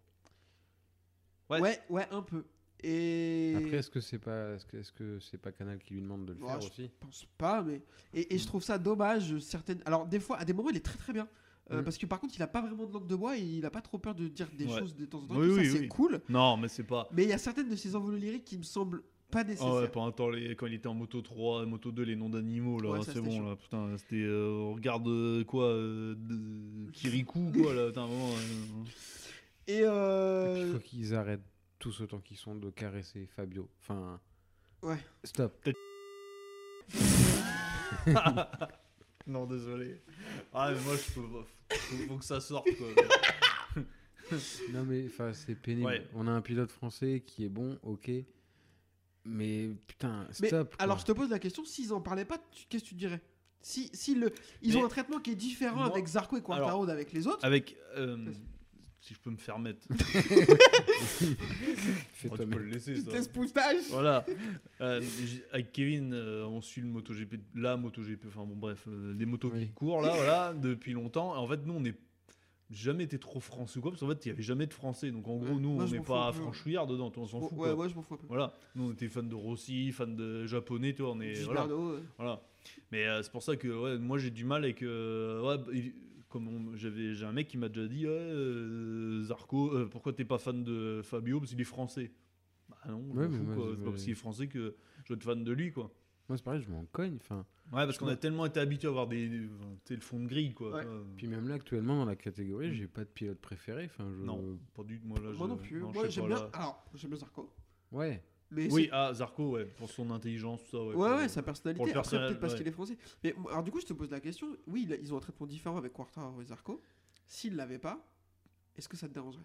Ouais.
ouais. ouais, un peu. Et.
Après, est-ce que c'est pas, est-ce que, est-ce que c'est pas Canal qui lui demande de le
Ouais,
faire
je-
aussi
Je pense pas, mais. Et, et je trouve ça dommage. Certaines... Alors, des fois, à des moments, il est très très bien. Euh,
Mm.
Parce que par contre, il a pas vraiment de langue de bois et il a pas trop peur de dire des
Ouais.
choses de temps en temps.
Oui,
tout ça,
oui,
c'est
oui.
cool.
Non, mais c'est pas.
Mais il y a certaines de ses envolées lyriques qui me semblent pas nécessaires.
Ah ouais, pendant le temps, les- quand il était en moto 3, moto 2, les noms d'animaux, là,
Ouais,
hein,
ça,
c'est
c'était
bon,
chaud.
là, putain, c'était, euh, on regarde euh, quoi, euh, de-
[LAUGHS]
Kirikou, quoi, là, putain, vraiment, euh,
Et.
Il
[LAUGHS]
Euh...
faut qu'ils arrêtent tous autant qu'ils sont de caresser Fabio. Enfin.
Ouais.
Stop.
Non, désolé. Ah, mais moi, je peux pas. Faut, faut que ça sorte,
[LAUGHS]
quoi.
Non mais enfin c'est pénible.
Ouais.
On a un pilote français qui est bon, ok. Mais putain,
Mais
stop. quoi.
alors, je te pose la question s'ils en parlaient pas, tu- qu'est-ce que tu dirais si, si le, Ils
Mais
ont un traitement qui est différent
moi-
avec Zarco et Quartaro avec les autres.
Avec. euh, si je peux me faire mettre.
Fais
Oh,
toi
tu peux le laisser, ça.
Vitesse moustache
Voilà. Euh, j- avec Kevin, euh, on suit le MotoGP, la MotoGP, enfin bon, bref, euh, des motos
Oui.
qui courent là, voilà, depuis longtemps. Et en fait, nous, on n'est jamais été trop français ou quoi, parce qu'en fait, il n'y avait jamais de français. Donc en gros,
Ouais.
nous,
Moi,
on
je
n'est
m'en
pas
fous un peu.
franchouillard dedans, on s'en
Bon,
fout.
ouais,
quoi.
ouais, je m'en fous un peu.
Voilà, nous on était fans de Rossi, fans de japonais, toi, on est. voilà.
Gilberto, euh,
Voilà. Mais euh, c'est pour ça que ouais, moi j'ai du mal avec. euh, ouais, bah, il- comme on- j'avais, j'ai un mec qui m'a déjà dit ouais, euh, Zarco, euh, pourquoi t'es pas fan de Fabio Parce qu'il est français. Bah non, je
Ouais, mais
m'en fous,
moi,
quoi.
je-
c'est pas parce qu'il est français que je dois être fan de lui quoi.
Moi c'est pareil, je m'en cogne. Enfin.
Ouais, parce
Je
qu'on a
vois.
tellement été habitué à avoir des. des- enfin, tu sais, le fond de grille quoi.
Ouais.
Euh,
Puis même là actuellement dans la catégorie,
Mm.
j'ai pas de pilote préféré. Enfin je.
Non, pas du tout. Moi, là,
Moi
je-
non plus.
je
moi
sais
j'aime
pas,
bien.
là.
Alors, j'aime bien Zarco.
Ouais.
Mais
Oui,
c'est-
ah, Zarco, ouais, pour son intelligence, tout ça. Ouais,
ouais, ouais,
pour-
sa personnalité.
pour le
Après,
personnel,
peut-être parce
ouais.
qu'il est français. Mais bon, alors, du coup, je te pose la question. Oui, il a- ils ont un traitement différent avec Quartaro et Zarco. S'ils l'avaient pas, est-ce que ça te dérangerait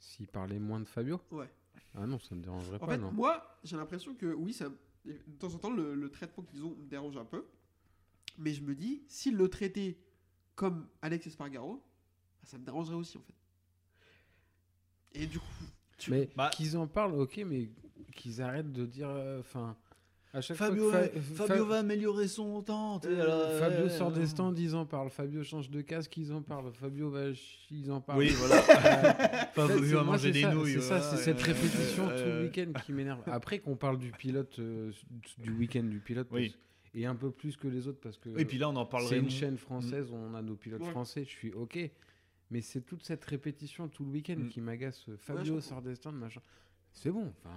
S'il parlait moins de Fabio.
Ouais.
Ah non, ça me dérangerait
En
pas
fait,
non.
moi, j'ai l'impression que oui, ça, de temps en temps, le, le traitement qu'ils ont me dérange un peu. Mais je me dis, s'ils le traitaient comme Alex Espargaro, bah, ça me dérangerait aussi, en fait. Et du coup, tu...
Mais
Bah-
qu'ils en parlent, ok, mais qu'ils arrêtent de dire. euh, Enfin, à chaque
Fabio,
fois.
va-
que Fa-
Fabio
Fa- euh,
va euh, améliorer son temps. tu sais, là,
Fabio
ouais,
sort des
ouais.
stands, ils en parlent. Fabio change de casque, ils en parlent. Fabio va, ch- ils en parlent.
Oui,
[LAUGHS]
voilà. [LAUGHS] Pas
Peut-être,
voulu
c'est-
à
moi,
manger
c'est
des
ça,
nouilles.
C'est ça,
voilà, euh,
c'est
ouais,
cette
ouais,
répétition
ouais,
tout
ouais.
le week-end qui
[LAUGHS]
m'énerve. Après qu'on parle du pilote, euh, du week-end du pilote,
Oui.
parce- et un peu plus que les autres parce que
Et puis là, on en
c'est
parlerait.
une chaîne française, on a nos pilotes
Ouais.
français, je suis ok. Mais c'est toute cette répétition tout le week-end
Mm.
qui m'agace.
je
Fabio
comprends.
sort des stands, machin. C'est bon, enfin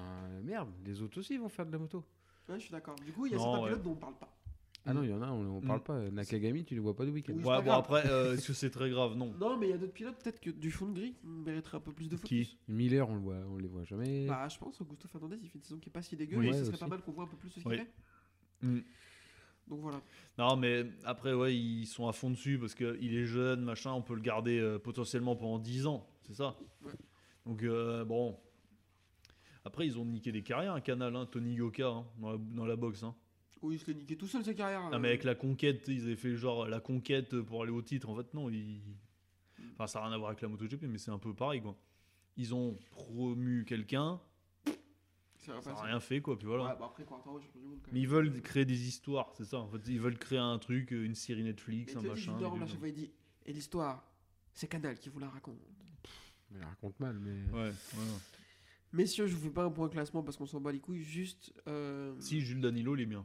merde, les autres aussi vont faire de la moto.
Ouais, je suis d'accord. Du coup, il y a
Non,
certains
ouais.
pilotes dont on parle pas.
Ah non, il y en a, on on parle
Mm.
pas. Nakagami, tu le vois pas du week-end.
Oui, c'est
Ouais,
pas
bon,
grave.
après, euh, est-ce que c'est très grave Non.
Non, mais il y a d'autres pilotes, peut-être que du fond de grille, mériterait un peu plus [LAUGHS] de focus.
Qui
Miller, on le voit, on les voit jamais.
Bah, je pense Augusto Fernandez, il fait une saison qui est pas si dégueu,
Oui.
et ce
Ouais,
serait
aussi.
pas mal qu'on voit un peu plus ce qu'il
Oui.
fait.
Mm.
Donc voilà.
Non, mais après, ouais, ils sont à fond dessus parce qu'il est jeune, machin. On peut le garder euh, potentiellement pendant 10 ans, c'est ça Donc, euh, bon. Après, ils ont niqué des carrières, un canal, hein, Tony Yoka, hein, dans, la, dans la boxe. Hein.
Oui, il se l'est niqué tout seul sa carrière.
Non,
euh,
Ah, mais avec la conquête, ils avaient fait genre la conquête pour aller au titre. En fait, non. Ils... Enfin, ça n'a rien à voir avec la MotoGP, mais c'est un peu pareil, quoi. Ils ont promu quelqu'un,
ça va
ça
pas,
n'a
ça.
rien fait, quoi. Puis voilà.
Ouais, bah après Quartaro, champion du monde quand
Mais
même.
ils veulent créer des histoires, c'est ça. En fait, ils veulent créer un truc, une série
Mais
Netflix,
tu
un
vois,
machin.
Gilles Dorme,
bidule.
à chaque fois, il dit Et l'histoire, c'est Canal qui vous la raconte.
Mais elle raconte mal, mais.
Ouais, ouais.
Messieurs, je vous fais pas un point classement parce qu'on s'en bat les couilles, juste. euh,
Si Jules Danilo, il est bien.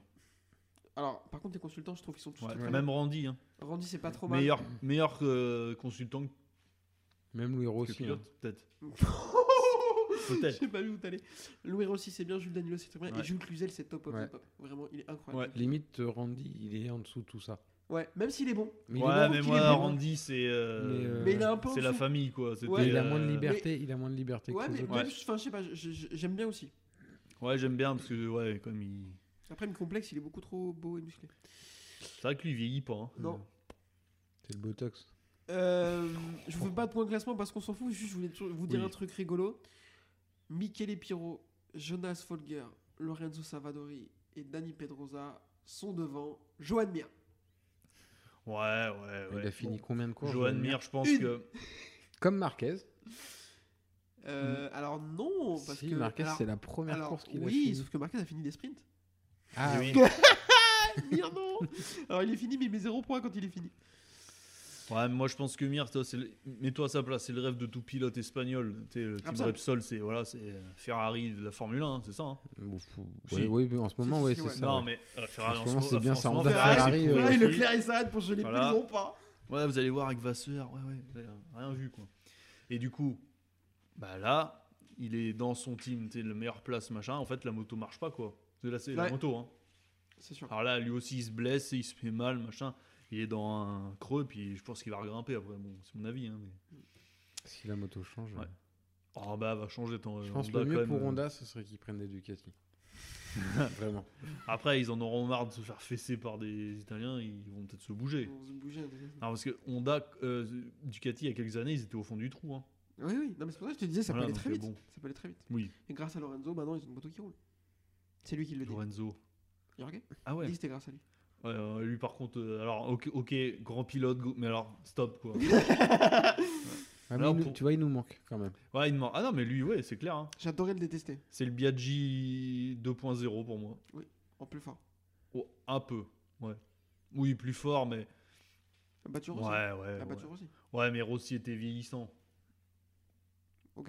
Alors, par contre, les consultants, je trouve qu'ils sont tous
Ouais,
très, très
Même
bien.
Randy, hein.
Randy, c'est pas trop mal.
meilleur, meilleur euh, consultant que
Même Louis Rossi.
pilote,
hein.
peut-être.
[LAUGHS] Je
Peut-être.
sais pas où t'allais. Louis Rossi, c'est bien. Jules Danilo, c'est très bien.
Ouais.
Et Jules Cluzel, c'est top, top,
Ouais.
top. Vraiment, il est incroyable.
Limite, euh, Randy, il est en dessous de tout ça.
Ouais, même s'il est bon.
Mais il,
ouais,
est
mais
qu'il
moi,
est bon.
Randy, c'est. euh,
Mais, euh,
Mais il est un peu. en
C'est la
dessous.
famille, quoi. c'était,
Ouais.
il a moins de
euh,
liberté, il a moins de liberté
Ouais,
que
mais
les autres.
même, enfin, je sais pas, je- je- j'aime bien aussi.
euh, Ouais, j'aime bien parce que, ouais, comme il.
Après, le complexe, il est beaucoup trop beau et musclé.
C'est vrai que lui, il vieillit pas. hein.
Non.
C'est le Botox.
Euh, je vous fais pas de point de classement parce qu'on s'en fout. Juste, je voulais toujours vous dire
Oui.
un truc rigolo. Michele Piro, Jonas Folger, Lorenzo Savadori et Dani Pedrosa sont devant Johan Mir.
Ouais, ouais, ouais.
Il a fini combien de
Bon,
courses
Johan
Johan
Mir, je pense
Une.
que.
Comme Marquez.
Euh, Alors non, parce
Mm. si,
que
Marquez,
alors-
c'est la première
alors,
course qu'il a
oui,
fini.
sauf que Marquez a fini des sprints.
Ah
Oui.
oui.
Mir
[LAUGHS]
non. Alors il est fini, mais il met zéro point quand il est fini.
Ouais, mais moi je pense que Mir, toi, c'est le- mets-toi à sa place, c'est le rêve de tout pilote espagnol. Tu sais, le team
Absolument.
Repsol, c'est voilà, c'est euh, Ferrari de la Formule 1, c'est ça. hein.
Bon, faut-
Si.
ouais, oui, mais en ce moment,
si,
ouais,
si,
c'est
ouais.
ça.
Non,
ouais.
mais euh, Ferrari
En
en
ce moment,
ce
c'est bien,
en
ça,
ce moment,
Honda,
Ferrari,
Ferrari,
c'est
euh,
pourri
Voilà, Ah, et
aussi.
Leclerc, il s'arrête pour je les
Voilà.
plaisons pas.
Ouais, vous allez voir avec Vasseur, ouais, ouais, vous avez rien vu quoi. Et du coup, bah là, il est dans son team, tu sais, le meilleur place, machin. En fait, la moto marche pas quoi. Parce que Là, c'est la
Ouais.
moto, hein.
C'est sûr.
Alors là, lui aussi, il se blesse, il se fait mal, machin. Il est dans un creux, puis je pense qu'il va regrimper après. Bon, c'est mon avis. Hein, mais...
Si la moto change.
Ouais. Oh, bah, va changer ton.
Je pense que
Honda,
le
quand
mieux
même,
pour
euh,
Honda, ce serait qu'ils prennent des
[LAUGHS]
Ducati. Vraiment.
Après, ils en auront marre de se faire fesser par des Italiens, ils vont peut-être se bouger.
On se bougeait.
Non, parce que Honda, euh, Ducati, il y a quelques années, ils étaient au fond du trou. hein.
Oui, oui. Non, mais c'est pour ça que je te disais, ça
Voilà,
peut
donc, euh,
aller très vite.
bon.
Ça peut aller très vite.
Oui,
Et grâce à Lorenzo, maintenant ils ont une moto qui roule. C'est lui qui le dit.
Lorenzo.
Jorge
Ah ouais.
Dis que c'était grâce à lui.
Ouais, euh, lui, par contre, euh, alors, ok, ok, grand pilote, go- mais alors, stop, quoi.
Ah, mais
Alors,
il nous-
pour-
Tu vois, il nous manque quand même.
ouais, il me- Ah non, mais lui, ouais, c'est clair. hein.
J'adorais le détester,
C'est le Biaggi 2.0 pour moi.
en plus fort.
Oh, un peu, ouais. Oui, plus fort, mais.
La batture aussi.
Ouais, ouais.
La
ouais.
batture aussi.
Ouais, mais Rossi était vieillissant.
Ok.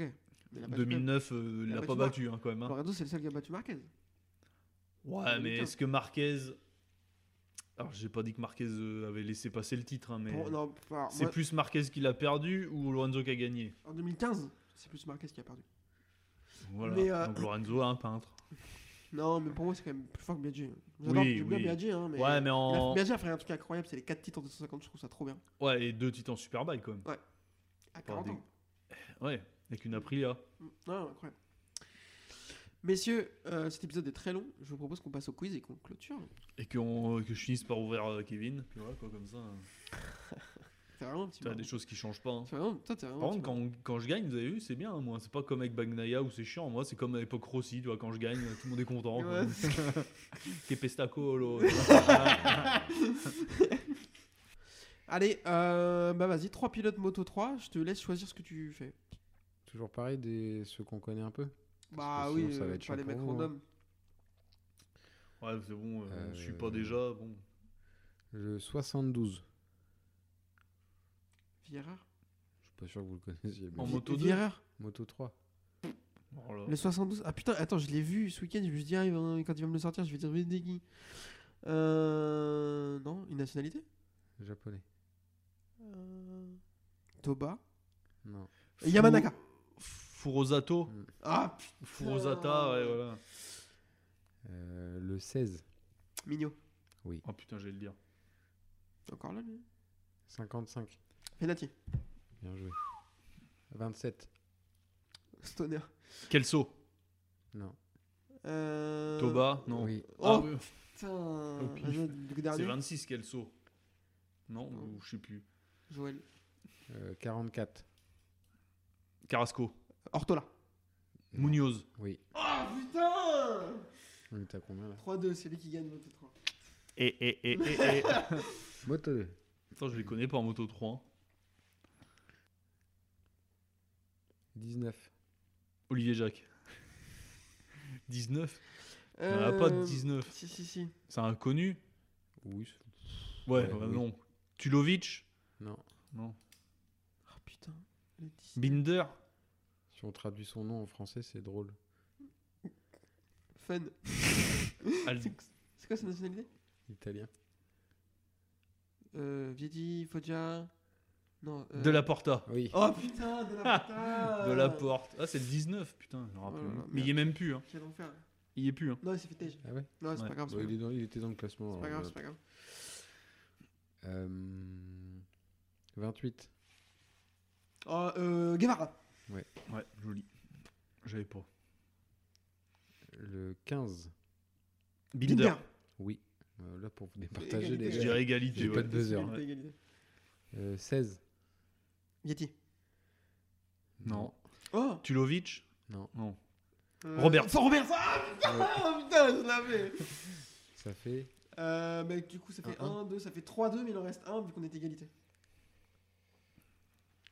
Mais la battu-
2009, euh, il
La
l'a pas
battu
battu, hein, quand même. hein.
Lorenzo, c'est le seul qui a battu Marquez.
Ouais, mais
2015.
est-ce que Marquez. Alors, j'ai pas dit que Marquez euh, avait laissé passer le titre, hein, mais.
Pour- non, alors,
C'est
moi,
plus Marquez qui l'a perdu ou Lorenzo qui a gagné
En 2015, c'est plus Marquez qui a perdu.
Voilà.
Mais, euh,
Donc Lorenzo a un peintre.
Non, mais pour moi, c'est quand même plus fort que Biaggi. J'adore
Oui,
j'aime
oui.
bien Biaggi, hein, mais.
Ouais, mais
il a-
en.
Biaggi a fait un truc incroyable, c'est les 4 titres en 250, je trouve ça trop bien.
Ouais, et deux titans Superbike quand même.
À
Par
40
des-
ans.
Ouais, avec une Aprilia.
Mm. Non, incroyable. Messieurs, euh, cet épisode est très long. Je vous propose qu'on passe au quiz et qu'on clôture.
Et qu'on- que je finisse par ouvrir euh, Kevin. Puis voilà, quoi, comme ça. hein.
C'est vraiment un petit
Tu as
moment.
des choses qui changent pas. hein.
C'est vraiment- toi, t'es vraiment
Par
un
contre,
petit moment.
quand, quand je gagne, vous avez vu, c'est bien, hein, moi. C'est pas comme avec Bagnaia où c'est chiant. Moi, c'est comme à l'époque Rossi, tu vois, quand je gagne, tout le monde est content. quoi.
Ouais, [LAUGHS] c'est-
[LAUGHS] Que pestaco,
[LAUGHS]
lo.
Allez, euh, bah vas-y, 3 pilotes moto 3, je te laisse choisir ce que tu fais.
Toujours pareil, des... ceux qu'on connaît un peu.
Bah
que
oui,
sinon, ça va
euh,
être
tu vas
chiant
les
pour
mettre
vous, hein.
random.
Ouais, c'est bon, euh,
Euh,
je suis pas déjà. Bon.
Le 72.
Vierreur
Je suis pas sûr que vous le connaissiez. mais-
En moto Ah. 2
Vierreur
Moto 3.
Oh là.
Le 72. Ah putain, attends, je l'ai vu ce week-end, je me suis dit, ah, il va- quand il va me le sortir, je vais dire, mais c'est qui Euh. Non, une nationalité
Japonais.
Euh, Toba
Non.
Fu-
Yamanaka.
Furosato.
Ah,
Furosata, ouais, voilà.
Euh, le 16.
putain, Migno.
Oh putain, j'allais le dire.
Encore là, lui
55.
Penati.
Bien joué. 27.
Stoner.
Kelso.
Non.
Euh...
Toba, non.
Oui.
Ah,
Oh.
oui,
Putain,
Au pif.
vas-y, le
C'est
dernier. Ah.
26 Kelso. Non,
Non.
ou je sais plus.
Joël.
Euh, 44.
Carrasco.
Ortola.
Non.
Munoz.
Oui.
Ah putain
On est à combien là
3-2, c'est lui qui gagne moto 3.
Et, et, et, et, et.
Moto 2.
[LAUGHS] Attends, je les connais pas en moto 3. hein.
19.
Olivier Jacques. 19 Il n'y en a Ah, pas de 19.
Euh, Si, si, si.
C'est un connu
Oui. c'est-
Ouais,
Ouais,
bah
oui.
non. Tulovic
Non.
Non.
Oh,
Ah putain. Le 10.
Binder
Si on traduit son nom en français, c'est drôle.
Fun.
Al-
[LAUGHS] C'est quoi sa nationalité
Italien.
euh, Vietti, Foggia. Non. euh,
De la Porta.
Oui.
Oh putain, de la putain
De la Porte. Ah, c'est le 19, putain. je me rappelle.
Oh là là,
Mais il y est même plus. Hein.
Quel enfer.
Il y est plus. Hein.
Non, il s'est fait tège.
Ah ouais
Non, c'est
Ouais.
pas grave. C'est
Bon,
pas
il, est
grave,
dans- il était dans le classement.
c'est pas
alors,
grave.
voilà.
c'est pas grave.
Euh, 28.
Oh, euh, Guevara.
Ouais, joli. J'avais pas.
Le 15.
Binder.
Binder.
Oui. Euh, là, pour vous départager
Égalité.
les
Je dirais égalité.
J'ai pas
ouais.
de hein. deux heures.
Ouais.
Égalité.
Euh, 16.
Yeti.
Non.
Oh
Tulovic
Non.
Non.
euh,
Robert.
Enfin, Robert Ah putain, oh, putain, je l'avais
Ça fait.
euh, mais du coup, ça fait
Un,
1, 2, ça fait 3, 2, mais il en reste 1 vu qu'on est égalité.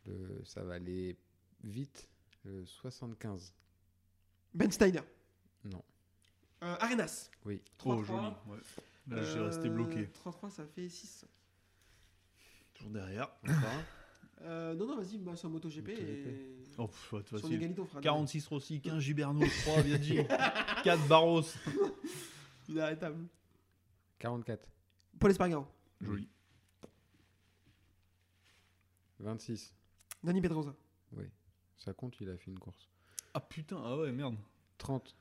le- ça va aller vite. Le 75.
Ben Steiner.
Non.
Euh, Arenas.
Oui.
Trop
3-3.
Oh, joli. Ouais. Là, j'ai resté
Euh,
bloqué.
3-3, ça fait 6.
Toujours derrière.
Euh, non, non, vas-y, bah, c'est un MotoGP.
MotoGP.
Et...
Oh, pff, ouais, de
Sur
facile.
l'égalité, on fera
46 Rossi, 15 Giberno, 3
[LAUGHS]
Viaggi, 4 Barros.
Inarrêtable.
44.
Paul Espargaro.
Joli.
26.
Dani Pedrosa.
Ça compte, il a fait une course.
Ah putain, ah ouais, merde.
30.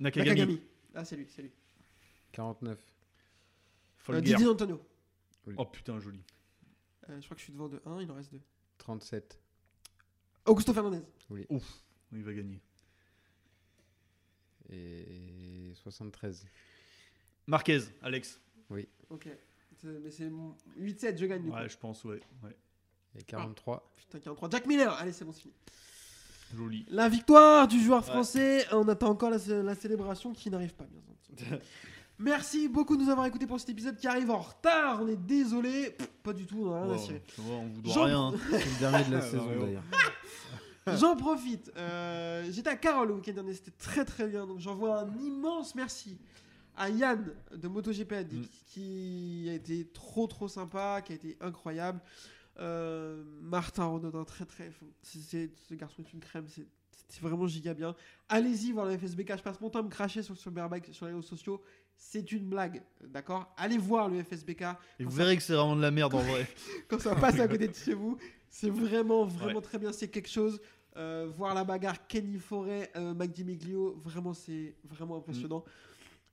Nakagami.
Nakagami. Ah, c'est lui, c'est lui.
49.
Euh,
Folger.
Didier Antonio.
Oh putain, joli.
Euh, je crois que je suis devant de 1, il en reste 2.
37.
Augusto Fernandez.
Ouf, il va gagner.
Et 73.
Marquez, Alex.
Ok. C'est- Mais c'est mon- 8-7, je gagne du coup.
Ouais, je pense, ouais. ouais.
Et 43.
Putain, 43. Jack Miller. Allez, c'est bon, c'est fini.
Joli.
La victoire du joueur
Ouais.
français. On attend encore la, la célébration qui n'arrive pas, bien entendu.
[LAUGHS]
Merci beaucoup de nous avoir écoutés pour cet épisode qui arrive en retard. On est désolé. Pff, pas du tout, on en a rien à
Wow,
cirer.
ça va, on vous doit
Ah, Jean- [LAUGHS]
rien.
C'est le dernier de la
Ah,
saison
Mario.
d'ailleurs.
J'en profite. euh, J'étais à Carole le week-end dernier, c'était très très bien. Donc j'envoie un immense merci à Yann de MotoGP Addict
Mm.
qui a été trop trop sympa, qui a été incroyable. Euh, Martin Renaudin, très très. c'est- c'est- ce garçon est une crème, c'est c'est vraiment giga bien. Allez-y voir le FSBK. Je passe mon temps à me cracher sur, sur Berbac, sur les réseaux sociaux. C'est une blague, d'accord Allez voir le FSBK
Et vous verrez que c'est vraiment de la merde en vrai.
quand ça passe à côté de chez vous. C'est vraiment, vraiment très bien. C'est quelque chose. Euh, voir la bagarre Kenny Forêt, euh, Magdi Miglio, vraiment, c'est vraiment impressionnant.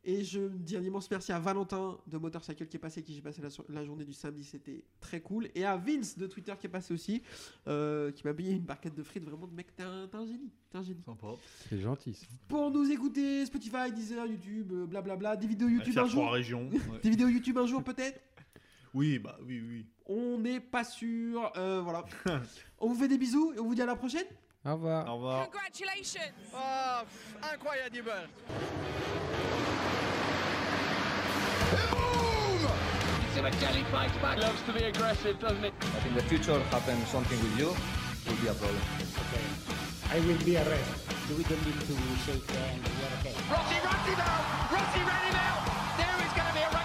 Et je dis un immense merci à Valentin de Motorcycle qui est passé, avec qui j'ai passé la, so- la journée du samedi, c'était très cool. Et à Vince de Twitter qui est passé aussi, euh, qui m'a payé une barquette de frites. Vraiment, mec, t'es un, t'es un génie, t'es un génie.
Sympa.
C'est gentil ça.
Pour nous écouter, Spotify, Deezer, YouTube, euh, blablabla, des vidéos
Allez
YouTube
faire
un
trois
jour,
régions. ouais.
des vidéos YouTube un jour peut-être.
Oui, bah oui, oui.
On n'est pas sûr. Euh, voilà. on vous fait des bisous et on vous dit à la prochaine.
Au revoir.
Au revoir.
Congratulations.
Sébastien fights back. Loves to be aggressive, doesn't he?
But in the future, happen something with you, will be a problem.
Okay. I will be arrested. Do we don't need to shake hands? We are okay.
Rossi runs him out. Rossi ran him out. There is going to be a